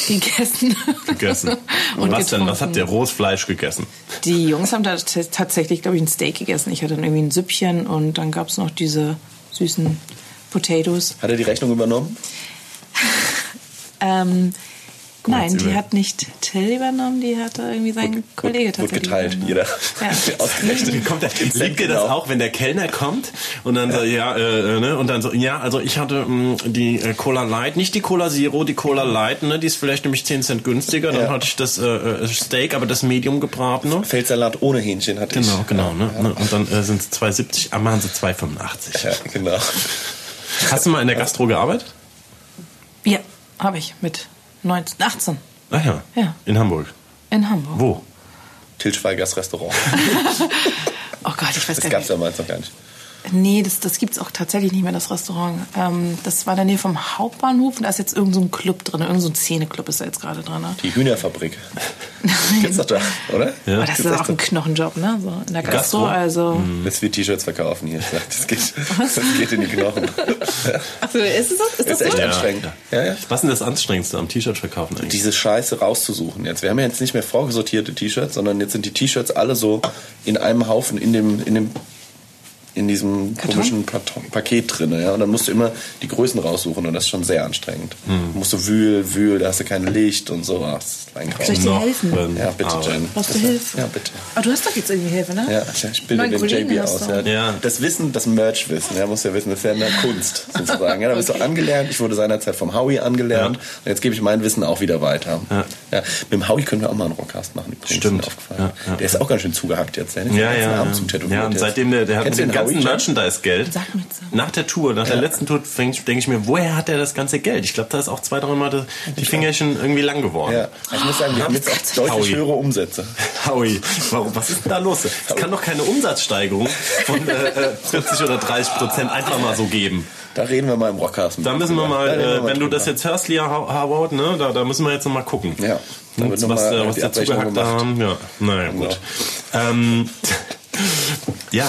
Speaker 5: Gegessen.
Speaker 2: *laughs*
Speaker 3: Gegessen.
Speaker 5: Und
Speaker 3: was denn? Was
Speaker 5: getrunken.
Speaker 3: habt ihr? Rohes Fleisch gegessen.
Speaker 5: Die Jungs haben da t- tatsächlich, glaube ich, ein Steak gegessen. Ich hatte dann irgendwie ein Süppchen und dann gab es noch diese süßen Potatoes.
Speaker 2: Hat er die Rechnung übernommen?
Speaker 5: Ähm, Nein, die
Speaker 3: Über-
Speaker 5: hat nicht Till übernommen, die hatte irgendwie sein Kollege
Speaker 2: Wird
Speaker 5: tatsächlich.
Speaker 2: geteilt,
Speaker 5: übernommen.
Speaker 2: jeder. *laughs*
Speaker 5: Ja.
Speaker 2: Ausgerechnet.
Speaker 3: Kommt der,
Speaker 2: Im Set,
Speaker 3: liebt ihr das
Speaker 2: genau.
Speaker 3: auch, wenn der Kellner kommt und dann so, ja, äh, äh, ne, und dann so, ja, also ich hatte mh, die äh, Cola Light, nicht die Cola Zero, die Cola Light, ne, die ist vielleicht nämlich 10 Cent günstiger, dann
Speaker 2: Ja.
Speaker 3: hatte ich das äh, äh, Steak, aber das Medium gebratene.
Speaker 2: Feldsalat ohne Hähnchen hatte
Speaker 3: Genau,
Speaker 2: ich.
Speaker 3: genau, ne, ne, und dann äh, sind es 2,70, am machen sie 2,85.
Speaker 2: Ja, genau. *laughs*
Speaker 3: Hast du mal in der Gastro gearbeitet?
Speaker 5: Ja, habe ich mit 19, 18
Speaker 3: Ach Ah ja.
Speaker 5: Ja.
Speaker 3: In Hamburg.
Speaker 5: in Hamburg.
Speaker 3: Wo?
Speaker 2: Til Schweigers Restaurant.
Speaker 5: *laughs* Oh Gott, ich weiß
Speaker 2: Das
Speaker 5: gar
Speaker 2: gab es
Speaker 5: nicht.
Speaker 2: damals noch gar nicht.
Speaker 5: Nee, das, das gibt es auch tatsächlich nicht mehr, das Restaurant. Ähm, das war in der Nähe vom Hauptbahnhof und da ist jetzt irgendein so ein Club drin, irgendein so ein Szeneclub ist da jetzt gerade drin. Ne?
Speaker 2: Die Hühnerfabrik. Gibt's doch da, oder?
Speaker 3: Ja.
Speaker 5: Aber das ist
Speaker 2: Gibt's
Speaker 5: auch
Speaker 2: echt Mhm.
Speaker 5: ein
Speaker 2: doch.
Speaker 5: Knochenjob, ne? So in der
Speaker 3: Gastro?
Speaker 5: Gastro, also.
Speaker 2: Jetzt wird T-Shirts verkaufen hier. Ich sag, Das geht,
Speaker 5: *laughs*
Speaker 2: das geht in die Knochen.
Speaker 5: Achso, ist das, ist
Speaker 2: Das ist echt anstrengend. Ja, ja.
Speaker 3: Was ist denn das Anstrengendste am T-Shirt verkaufen eigentlich?
Speaker 2: Diese Scheiße rauszusuchen jetzt. Wir haben ja jetzt nicht mehr vorgesortierte T-Shirts, sondern jetzt sind die T-Shirts alle so in einem Haufen in dem, in dem in diesem komischen Platon Paket drin. Ja? Und dann musst du immer die Größen raussuchen und das ist schon sehr anstrengend. Musst du wühl, wühl, da hast du kein Licht und so. Ach, das ist ein Graus.
Speaker 5: Soll ich dir
Speaker 3: Noch
Speaker 5: helfen?
Speaker 3: drin.
Speaker 2: Ja, bitte,
Speaker 3: Aber-
Speaker 2: Jen.
Speaker 5: Brauchst du Hilfe?
Speaker 2: Ja, bitte.
Speaker 5: Aber du hast doch jetzt irgendwie Hilfe, ne?
Speaker 2: Ja, ich bilde
Speaker 5: Neuen
Speaker 2: den
Speaker 5: Kollegen
Speaker 2: JB
Speaker 5: hast
Speaker 2: aus.
Speaker 5: du.
Speaker 2: Ja.
Speaker 3: Ja.
Speaker 2: Das Wissen, das Merch-Wissen, ja, muss ja wissen, das ist ja eine Kunst *laughs* sozusagen. Ja, da bist du angelernt. Ich wurde seinerzeit vom Howie angelernt.
Speaker 3: Ja.
Speaker 2: Und jetzt gebe ich mein Wissen auch wieder weiter.
Speaker 3: Ja.
Speaker 2: mit dem Howie können wir auch mal einen Rockcast machen. Übrigens, ist
Speaker 3: Stimmt.
Speaker 2: mir aufgefallen.
Speaker 3: Ja, ja.
Speaker 2: Der ist auch ganz schön zugehackt jetzt. Der hat den
Speaker 3: Ja,
Speaker 2: ganzen
Speaker 3: ja.
Speaker 2: Abend
Speaker 3: ja.
Speaker 2: zutätowiert
Speaker 3: ja und
Speaker 2: jetzt.
Speaker 3: seitdem der, der hat mit
Speaker 2: Kennst du
Speaker 3: dem
Speaker 2: den Howie, ne?
Speaker 3: ganzen
Speaker 2: Jen?
Speaker 3: Merchandise-Geld.
Speaker 5: Sag mir jetzt.
Speaker 3: Nach der Tour, nach der letzten Tour, denke denk ich mir, woher hat er das ganze Geld? Ich glaube, da ist auch zwei, drei Mal das- die Fingerchen irgendwie lang geworden.
Speaker 2: Ja. Ich muss sagen, wir haben jetzt auch deutlich
Speaker 3: Howie.
Speaker 2: höhere Umsätze.
Speaker 3: *laughs* Howie, warum, was ist denn da los? Es kann doch keine Umsatzsteigerung von äh, äh, 40 oder 30 Prozent einfach mal so geben.
Speaker 2: Da reden wir mal im Rockcast. ein
Speaker 3: Da
Speaker 2: bisschen
Speaker 3: müssen wir
Speaker 2: drüber.
Speaker 3: mal,
Speaker 2: Da reden wir
Speaker 3: äh, wenn du
Speaker 2: drüber.
Speaker 3: das jetzt hörst, Lia Har- Harwood, ne, da, da müssen wir jetzt nochmal gucken. Hm,
Speaker 2: Ja, da wird
Speaker 3: was,
Speaker 2: noch mal,
Speaker 3: da-
Speaker 2: äh,
Speaker 3: was
Speaker 2: die
Speaker 3: die
Speaker 2: Abrechnung
Speaker 3: zugehackt
Speaker 2: gemacht.
Speaker 3: haben. Ja, naja,
Speaker 2: Genau.
Speaker 3: gut. Ähm, *laughs* ja.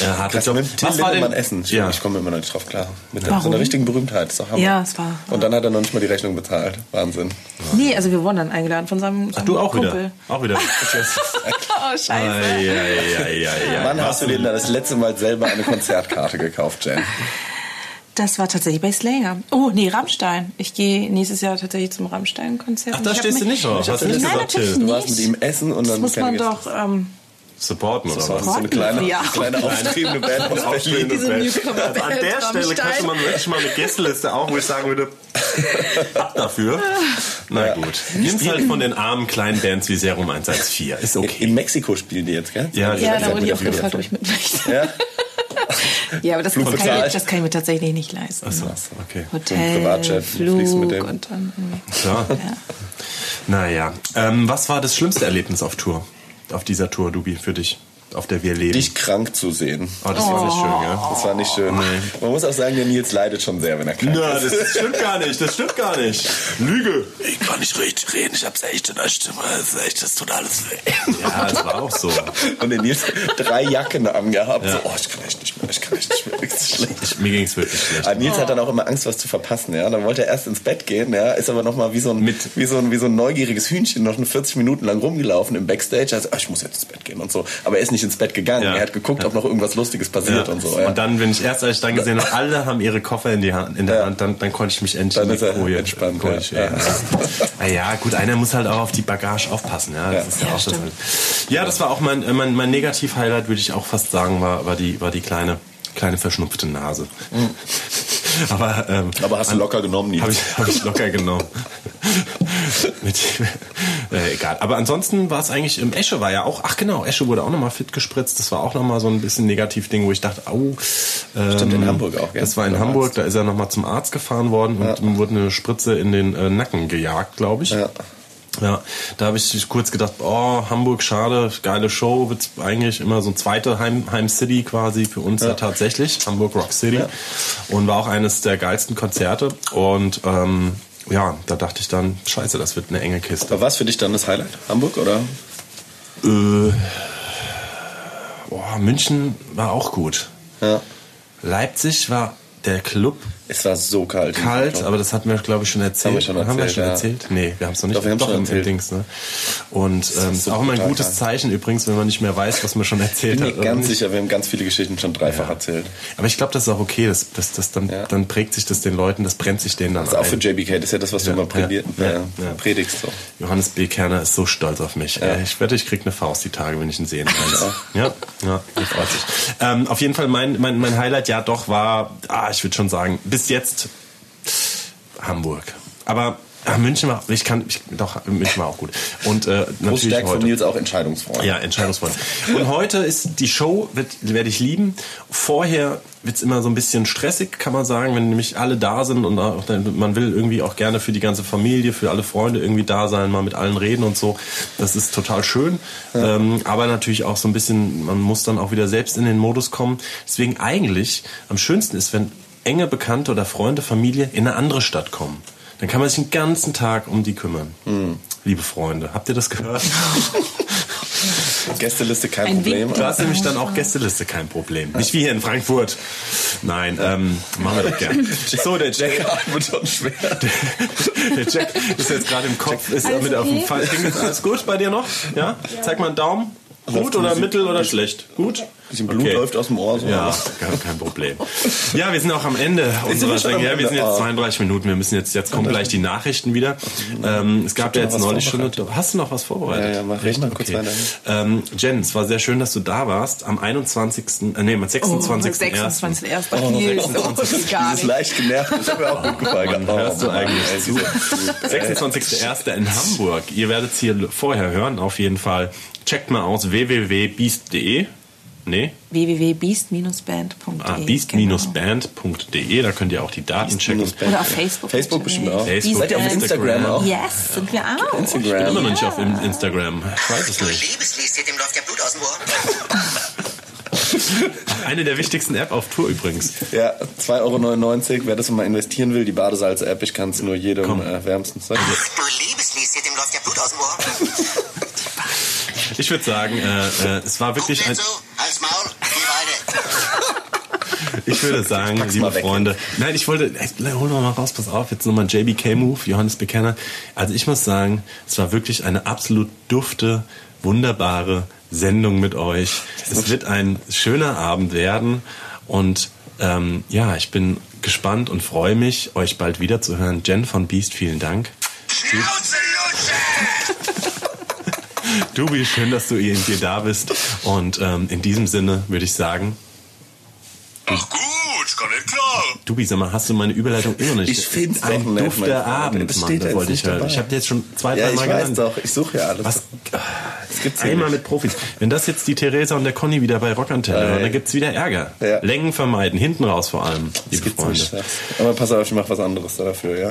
Speaker 3: Er hat
Speaker 2: Das mit Till
Speaker 3: was war
Speaker 2: Lindemann
Speaker 3: denn?
Speaker 2: essen. Ich,
Speaker 3: Ja.
Speaker 2: ich komme immer noch nicht drauf klar. Mit der-
Speaker 5: Warum?
Speaker 2: so einer richtigen Berühmtheit. Ist doch Hammer.
Speaker 5: Ja, es war-
Speaker 2: Und dann hat er noch nicht mal die Rechnung bezahlt. Wahnsinn.
Speaker 5: Nee, also wir wurden dann eingeladen von seinem, seinem
Speaker 3: Du auch
Speaker 5: Kumpel.
Speaker 3: wieder. Auch wieder.
Speaker 5: Oh, scheiße.
Speaker 2: Wann hast du dir denn das letzte Mal selber eine Konzertkarte gekauft, Jen?
Speaker 5: Das war tatsächlich bei Slayer. Oh, nee, Rammstein. Ich gehe nächstes Jahr tatsächlich zum Rammstein-Konzert.
Speaker 3: Ach, da
Speaker 5: Ich hab
Speaker 3: stehst du
Speaker 5: mich-
Speaker 3: nicht drauf. Hast du nicht
Speaker 5: Nein,
Speaker 3: gesagt,
Speaker 5: natürlich
Speaker 3: Till?
Speaker 2: Du
Speaker 5: nicht.
Speaker 2: warst mit ihm essen und
Speaker 5: Das
Speaker 2: dann
Speaker 5: muss man
Speaker 2: keine Gäste.
Speaker 5: doch, ähm,
Speaker 3: Supporten oder
Speaker 2: Das war
Speaker 3: was?
Speaker 2: so eine kleine,
Speaker 5: Ja.
Speaker 2: *laughs* kleine aufstrebende Band
Speaker 3: *laughs*
Speaker 2: aus Berlin.
Speaker 5: Diese Newcomer-Band
Speaker 3: An der Stelle
Speaker 5: Rammstein.
Speaker 3: könnte man wirklich mal eine Gästeliste auch, wo ich sagen würde, ab dafür. Na gut. Nimm's halt von den armen kleinen Bands wie Serum 114. Ist okay.
Speaker 2: In Mexiko spielen die jetzt, gell?
Speaker 3: Ja,
Speaker 5: ja,
Speaker 3: das
Speaker 5: da
Speaker 3: ist
Speaker 5: wurde ich auch
Speaker 2: Also wieder
Speaker 5: gefragt, ob ich mitmöchte.
Speaker 2: Ja?
Speaker 5: *laughs* ja, aber das kann,
Speaker 2: Flug
Speaker 5: ich,
Speaker 2: bezahlt.
Speaker 5: das kann ich mir tatsächlich nicht leisten.
Speaker 3: Okay.
Speaker 5: Hotel,
Speaker 2: Im Privatjet, fliegst du
Speaker 5: Flug
Speaker 2: mit dem?
Speaker 5: und dann irgendwie.
Speaker 3: Klar. Naja. Ähm, was war das schlimmste Erlebnis auf Tour? Auf dieser Tour, Dubi, für dich? Auf der wir leben?
Speaker 2: Dich krank zu sehen.
Speaker 3: Oh, das war nicht schön, gell?
Speaker 2: Das war nicht schön. Man muss auch sagen, der Nils leidet schon sehr, wenn er krank
Speaker 3: Oh, Na,
Speaker 2: ist.
Speaker 3: das stimmt gar nicht, das stimmt gar nicht. Lüge.
Speaker 1: Ich kann nicht richtig reden, ich hab's echt in der Stimme. Das, ist echt, das tut alles weh.
Speaker 2: *laughs*
Speaker 3: Ja, das war auch so.
Speaker 2: Und der Nils drei Jacken angehabt.
Speaker 3: Ja.
Speaker 2: So, oh, ich kann echt nicht mehr, ich kann echt nicht mehr. Das ist schlecht.
Speaker 3: Ich, mir ging's wirklich schlecht.
Speaker 2: Ah, Nils hat dann auch immer Angst, was zu verpassen, ja. Dann wollte er erst ins Bett gehen, ja, ist aber nochmal wie so ein,
Speaker 3: Mit.
Speaker 2: wie so ein, wie so ein neugieriges Hühnchen noch 40 Minuten lang rumgelaufen im Backstage. Also, ah, ich muss jetzt ins Bett gehen und so. Aber er ist nicht ins Bett gegangen.
Speaker 3: Ja.
Speaker 2: Er hat geguckt,
Speaker 3: Ja.
Speaker 2: ob noch irgendwas Lustiges passiert
Speaker 3: Ja.
Speaker 2: und so, ja.
Speaker 3: Und dann, wenn ich erst, als ich dann gesehen habe, alle haben ihre Koffer in, die Hand, in der
Speaker 2: Ja.
Speaker 3: Hand, dann, dann konnte ich mich endlich
Speaker 2: Dann
Speaker 3: in die
Speaker 2: ist er
Speaker 3: Koje-
Speaker 2: entspannt,
Speaker 3: Koje
Speaker 2: ja.
Speaker 3: scheren. Na Ah ja, gut, einer muss halt auch auf die Bagage aufpassen. Ja, das,
Speaker 2: Ja.
Speaker 3: Ist ja,
Speaker 5: Ja,
Speaker 3: auch das,
Speaker 5: stimmt.
Speaker 3: ja das war auch mein, äh, mein, mein Negativ-Highlight, würde ich auch fast sagen, war, war, die, war die kleine, kleine verschnupfte Nase. *laughs* Aber, ähm,
Speaker 2: Mhm. aber hast du locker genommen, Nils.
Speaker 3: habe ich, hab ich locker genommen. *laughs* Mit, äh, egal. Aber ansonsten war es eigentlich, im Esche war ja auch, ach genau, Esche wurde auch nochmal fit gespritzt. Das war auch nochmal so ein bisschen Negativding, wo ich dachte, au. Ähm,
Speaker 2: Stimmt, in Hamburg auch, gell?
Speaker 3: Das war in
Speaker 2: Beim
Speaker 3: Hamburg,
Speaker 2: Arzt.
Speaker 3: da ist er nochmal zum Arzt gefahren worden und ihm wurde eine Spritze in den äh, Nacken gejagt, glaube ich.
Speaker 2: Ja.
Speaker 3: Ja, da habe ich kurz gedacht, oh, Hamburg, schade, geile Show, wird eigentlich immer so ein zweite Heim, Heim City quasi für uns ja. tatsächlich, Hamburg Rock City. Und war auch eines der geilsten Konzerte. Und ähm, ja, da dachte ich dann, scheiße, das wird eine enge Kiste.
Speaker 2: Aber war es für dich dann das Highlight? Hamburg, oder?
Speaker 3: Äh, boah, München war auch gut.
Speaker 2: Ja.
Speaker 3: Leipzig war der Club
Speaker 2: Es war so kalt.
Speaker 3: kalt, aber das hatten wir, glaube ich, schon erzählt.
Speaker 2: Haben wir schon
Speaker 3: Haben wir
Speaker 2: erzählt,
Speaker 3: schon
Speaker 2: ja.
Speaker 3: erzählt? Nee, wir haben es noch nicht.
Speaker 2: Doch, wir haben's schon
Speaker 3: erzählt.
Speaker 2: erzählt.
Speaker 3: Dings, ne? Und ähm, ist
Speaker 2: so
Speaker 3: auch immer ein
Speaker 2: brutal
Speaker 3: gutes
Speaker 2: kalt.
Speaker 3: Zeichen übrigens, wenn man nicht mehr weiß, was man schon
Speaker 2: ich
Speaker 3: erzählt
Speaker 2: bin
Speaker 3: hat.
Speaker 2: mir
Speaker 3: oder
Speaker 2: ganz
Speaker 3: nicht.
Speaker 2: sicher, wir haben ganz viele Geschichten schon dreifach
Speaker 3: äh, Ja.
Speaker 2: erzählt.
Speaker 3: Aber ich glaube, das ist auch okay. Das, das, das, dann,
Speaker 2: Ja.
Speaker 3: dann prägt sich das den Leuten, das brennt sich denen dann
Speaker 2: Das ist auch
Speaker 3: ein.
Speaker 2: für JBK, das ist ja das, was
Speaker 3: Ja,
Speaker 2: du immer
Speaker 3: ja,
Speaker 2: predi-
Speaker 3: ja,
Speaker 2: äh,
Speaker 3: ja.
Speaker 2: predigst. So.
Speaker 3: Johannes B. Kerner ist so stolz auf mich. Äh, Ich wette, ich krieg eine Faust die Tage, wenn ich ihn sehen kann. ja, ja, er freut sich. Ähm, auf jeden Fall, mein, mein, mein Highlight, ja doch, war, ah, ich würde schon sagen, bis jetzt Hamburg. Aber ah, München war, ich kann, ich, doch, München war auch gut. Und äh, natürlich
Speaker 2: Großstärk von
Speaker 3: heute.
Speaker 2: Nils auch Entscheidungsfreund.
Speaker 3: Ja, entscheidungsvoll. Und heute ist die Show, wird- werde ich lieben. Vorher wird's immer so ein bisschen stressig, kann man sagen, wenn nämlich alle da sind und auch, dann- man will irgendwie auch gerne für die ganze Familie, für alle Freunde irgendwie da sein, mal mit allen reden und so. Das ist total schön. Ähm, aber natürlich auch so ein bisschen, man muss dann auch wieder selbst in den Modus kommen. Deswegen eigentlich am schönsten ist, wenn enge Bekannte oder Freunde, Familie in eine andere Stadt kommen. Dann kann man sich den ganzen Tag um die kümmern.
Speaker 2: Hm.
Speaker 3: Liebe Freunde, habt ihr das gehört?
Speaker 2: *laughs* Gästeliste kein
Speaker 5: Ein
Speaker 2: Problem.
Speaker 5: Wink.
Speaker 3: Du hast nämlich dann auch Gästeliste, kein Problem. Nicht wie hier in Frankfurt. Nein, ähm, machen wir doch gerne.
Speaker 2: *laughs*
Speaker 3: So, der Jack,
Speaker 2: Wird schon schwer.
Speaker 3: *laughs* der Jack ist jetzt gerade im Kopf, ist
Speaker 5: Alles
Speaker 3: mit auf dem
Speaker 5: okay?
Speaker 3: Fall. Ding ist alles gut bei dir noch? Ja? Zeig mal einen Daumen. Gut
Speaker 2: Läuft
Speaker 3: oder
Speaker 2: Musik.
Speaker 3: mittel oder schlecht? Gut?
Speaker 2: Bisschen Blut läuft aus dem Ohr. So.
Speaker 3: *laughs* Ja, kein,
Speaker 2: *laughs*
Speaker 3: kein Problem. Ja, wir sind auch am Ende unserer
Speaker 2: wir schon
Speaker 3: Sendung.
Speaker 2: am
Speaker 3: Ja, wir sind
Speaker 2: Ende?
Speaker 3: jetzt
Speaker 2: Ah.
Speaker 3: 32 Minuten. Wir müssen jetzt, jetzt kommen gleich die Nachrichten wieder. Ähm, es gab ja
Speaker 2: noch
Speaker 3: jetzt
Speaker 2: was
Speaker 3: neulich schon eine. Hast du noch was vorbereitet?
Speaker 2: Ja, ja, mach
Speaker 3: Echt?
Speaker 2: mal kurz weiter.
Speaker 3: Ähm, Jen, es war sehr schön, dass du da warst. Am 21. Äh, nee, am 26.
Speaker 5: 26. Oh, Erster Nils. Oh, das ist gar
Speaker 2: Dieses
Speaker 5: nicht.
Speaker 2: leicht genervt, das hat mir auch gut gefallen. Oh,
Speaker 3: Wann hörst du
Speaker 2: Mann,
Speaker 3: eigentlich
Speaker 2: ey,
Speaker 3: zu?
Speaker 2: diese-
Speaker 3: 26.01. in Hamburg. Ihr werdet es hier vorher hören, auf jeden Fall. Checkt mal aus www.beast.de. Nee,
Speaker 5: www.beast-band.de.
Speaker 3: ah, beast-band.de. Da könnt ihr auch die Daten checken.
Speaker 2: Beast-Band.
Speaker 5: Oder auf Facebook.
Speaker 2: Facebook bestimmt auch.
Speaker 5: natürlich.
Speaker 3: Facebook,
Speaker 2: Seid ihr auf Instagram auch?
Speaker 5: genau. Yes, sind wir auch.
Speaker 3: Ich bin
Speaker 2: Instagram.
Speaker 3: immer noch nicht auf In- Instagram. Ich weiß es nicht.
Speaker 9: Liebeslied, seht, dem läuft ja Blut aus dem Ohr.
Speaker 3: Eine der wichtigsten App auf Tour übrigens.
Speaker 2: Ja, 2,99 Euro, wer das mal investieren will, die Badesalz-App, ich kann es nur jedem
Speaker 3: Komm.
Speaker 2: äh, wärmstens sagen.
Speaker 9: Du Liebeslied, seht, dem läuft ja Blut aus dem Ohr.
Speaker 3: Ich würde sagen, äh, äh, es war
Speaker 9: Guck
Speaker 3: wirklich
Speaker 9: nicht
Speaker 3: ein,
Speaker 9: so, als Maul, die Weine.
Speaker 3: Ich würde sagen,
Speaker 2: pack's
Speaker 3: liebe
Speaker 2: mal weg.
Speaker 3: Freunde, nein, ich wollte, ey, holen wir mal raus, pass auf, jetzt nochmal JBK-Move, Johannes Bekenner. Also ich muss sagen, es war wirklich eine absolut dufte, wunderbare Sendung mit euch. Es wird ein schöner Abend werden und ähm, ja, ich bin gespannt und freue mich, euch bald wieder zu hören. Jen von Beast, vielen Dank.
Speaker 9: Schnauze lutschen!
Speaker 3: Dubi, schön, dass du hier hier da bist und ähm, in diesem Sinne würde ich sagen,
Speaker 9: Ach gut, kann nicht klar.
Speaker 3: Dubi, sag mal, hast du meine Überleitung immer noch nicht?
Speaker 2: Ich find's
Speaker 3: ein
Speaker 2: doch nett,
Speaker 3: Duft
Speaker 2: mein
Speaker 3: der
Speaker 2: Freund.
Speaker 3: Abend,
Speaker 2: Das
Speaker 3: Mann,
Speaker 2: steht
Speaker 3: das
Speaker 2: jetzt
Speaker 3: wollte ich
Speaker 2: nicht
Speaker 3: hören.
Speaker 2: dabei.
Speaker 3: Ich habe jetzt schon zwei,
Speaker 2: Ja,
Speaker 3: drei
Speaker 2: ich
Speaker 3: Mal
Speaker 2: weiß
Speaker 3: genannt.
Speaker 2: doch, ich suche ja alles.
Speaker 3: Was?
Speaker 2: Das gibt's hier
Speaker 3: Einmal
Speaker 2: nicht.
Speaker 3: mit Profis. Wenn das jetzt die Theresa und der Conny wieder bei Rockantenne hören, dann gibt's wieder Ärger.
Speaker 2: Ja.
Speaker 3: Längen vermeiden, hinten raus vor allem,
Speaker 2: Das
Speaker 3: liebe
Speaker 2: gibt's
Speaker 3: Freunde.
Speaker 2: nicht. Aber pass auf, ich mach was anderes dafür, ja? *laughs*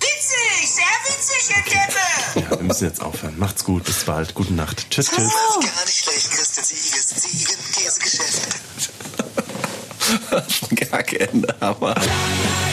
Speaker 9: Witzig, sehr witzig, Herr Keppe.
Speaker 3: Ja, wir müssen jetzt aufhören. Macht's gut, bis bald. Gute Nacht. Tschüss, tschüss.
Speaker 9: Das ist gar nicht schlecht, Christian Zieges, Ziegen, Käsegeschäft.
Speaker 2: Gar kein Hammer.
Speaker 6: Life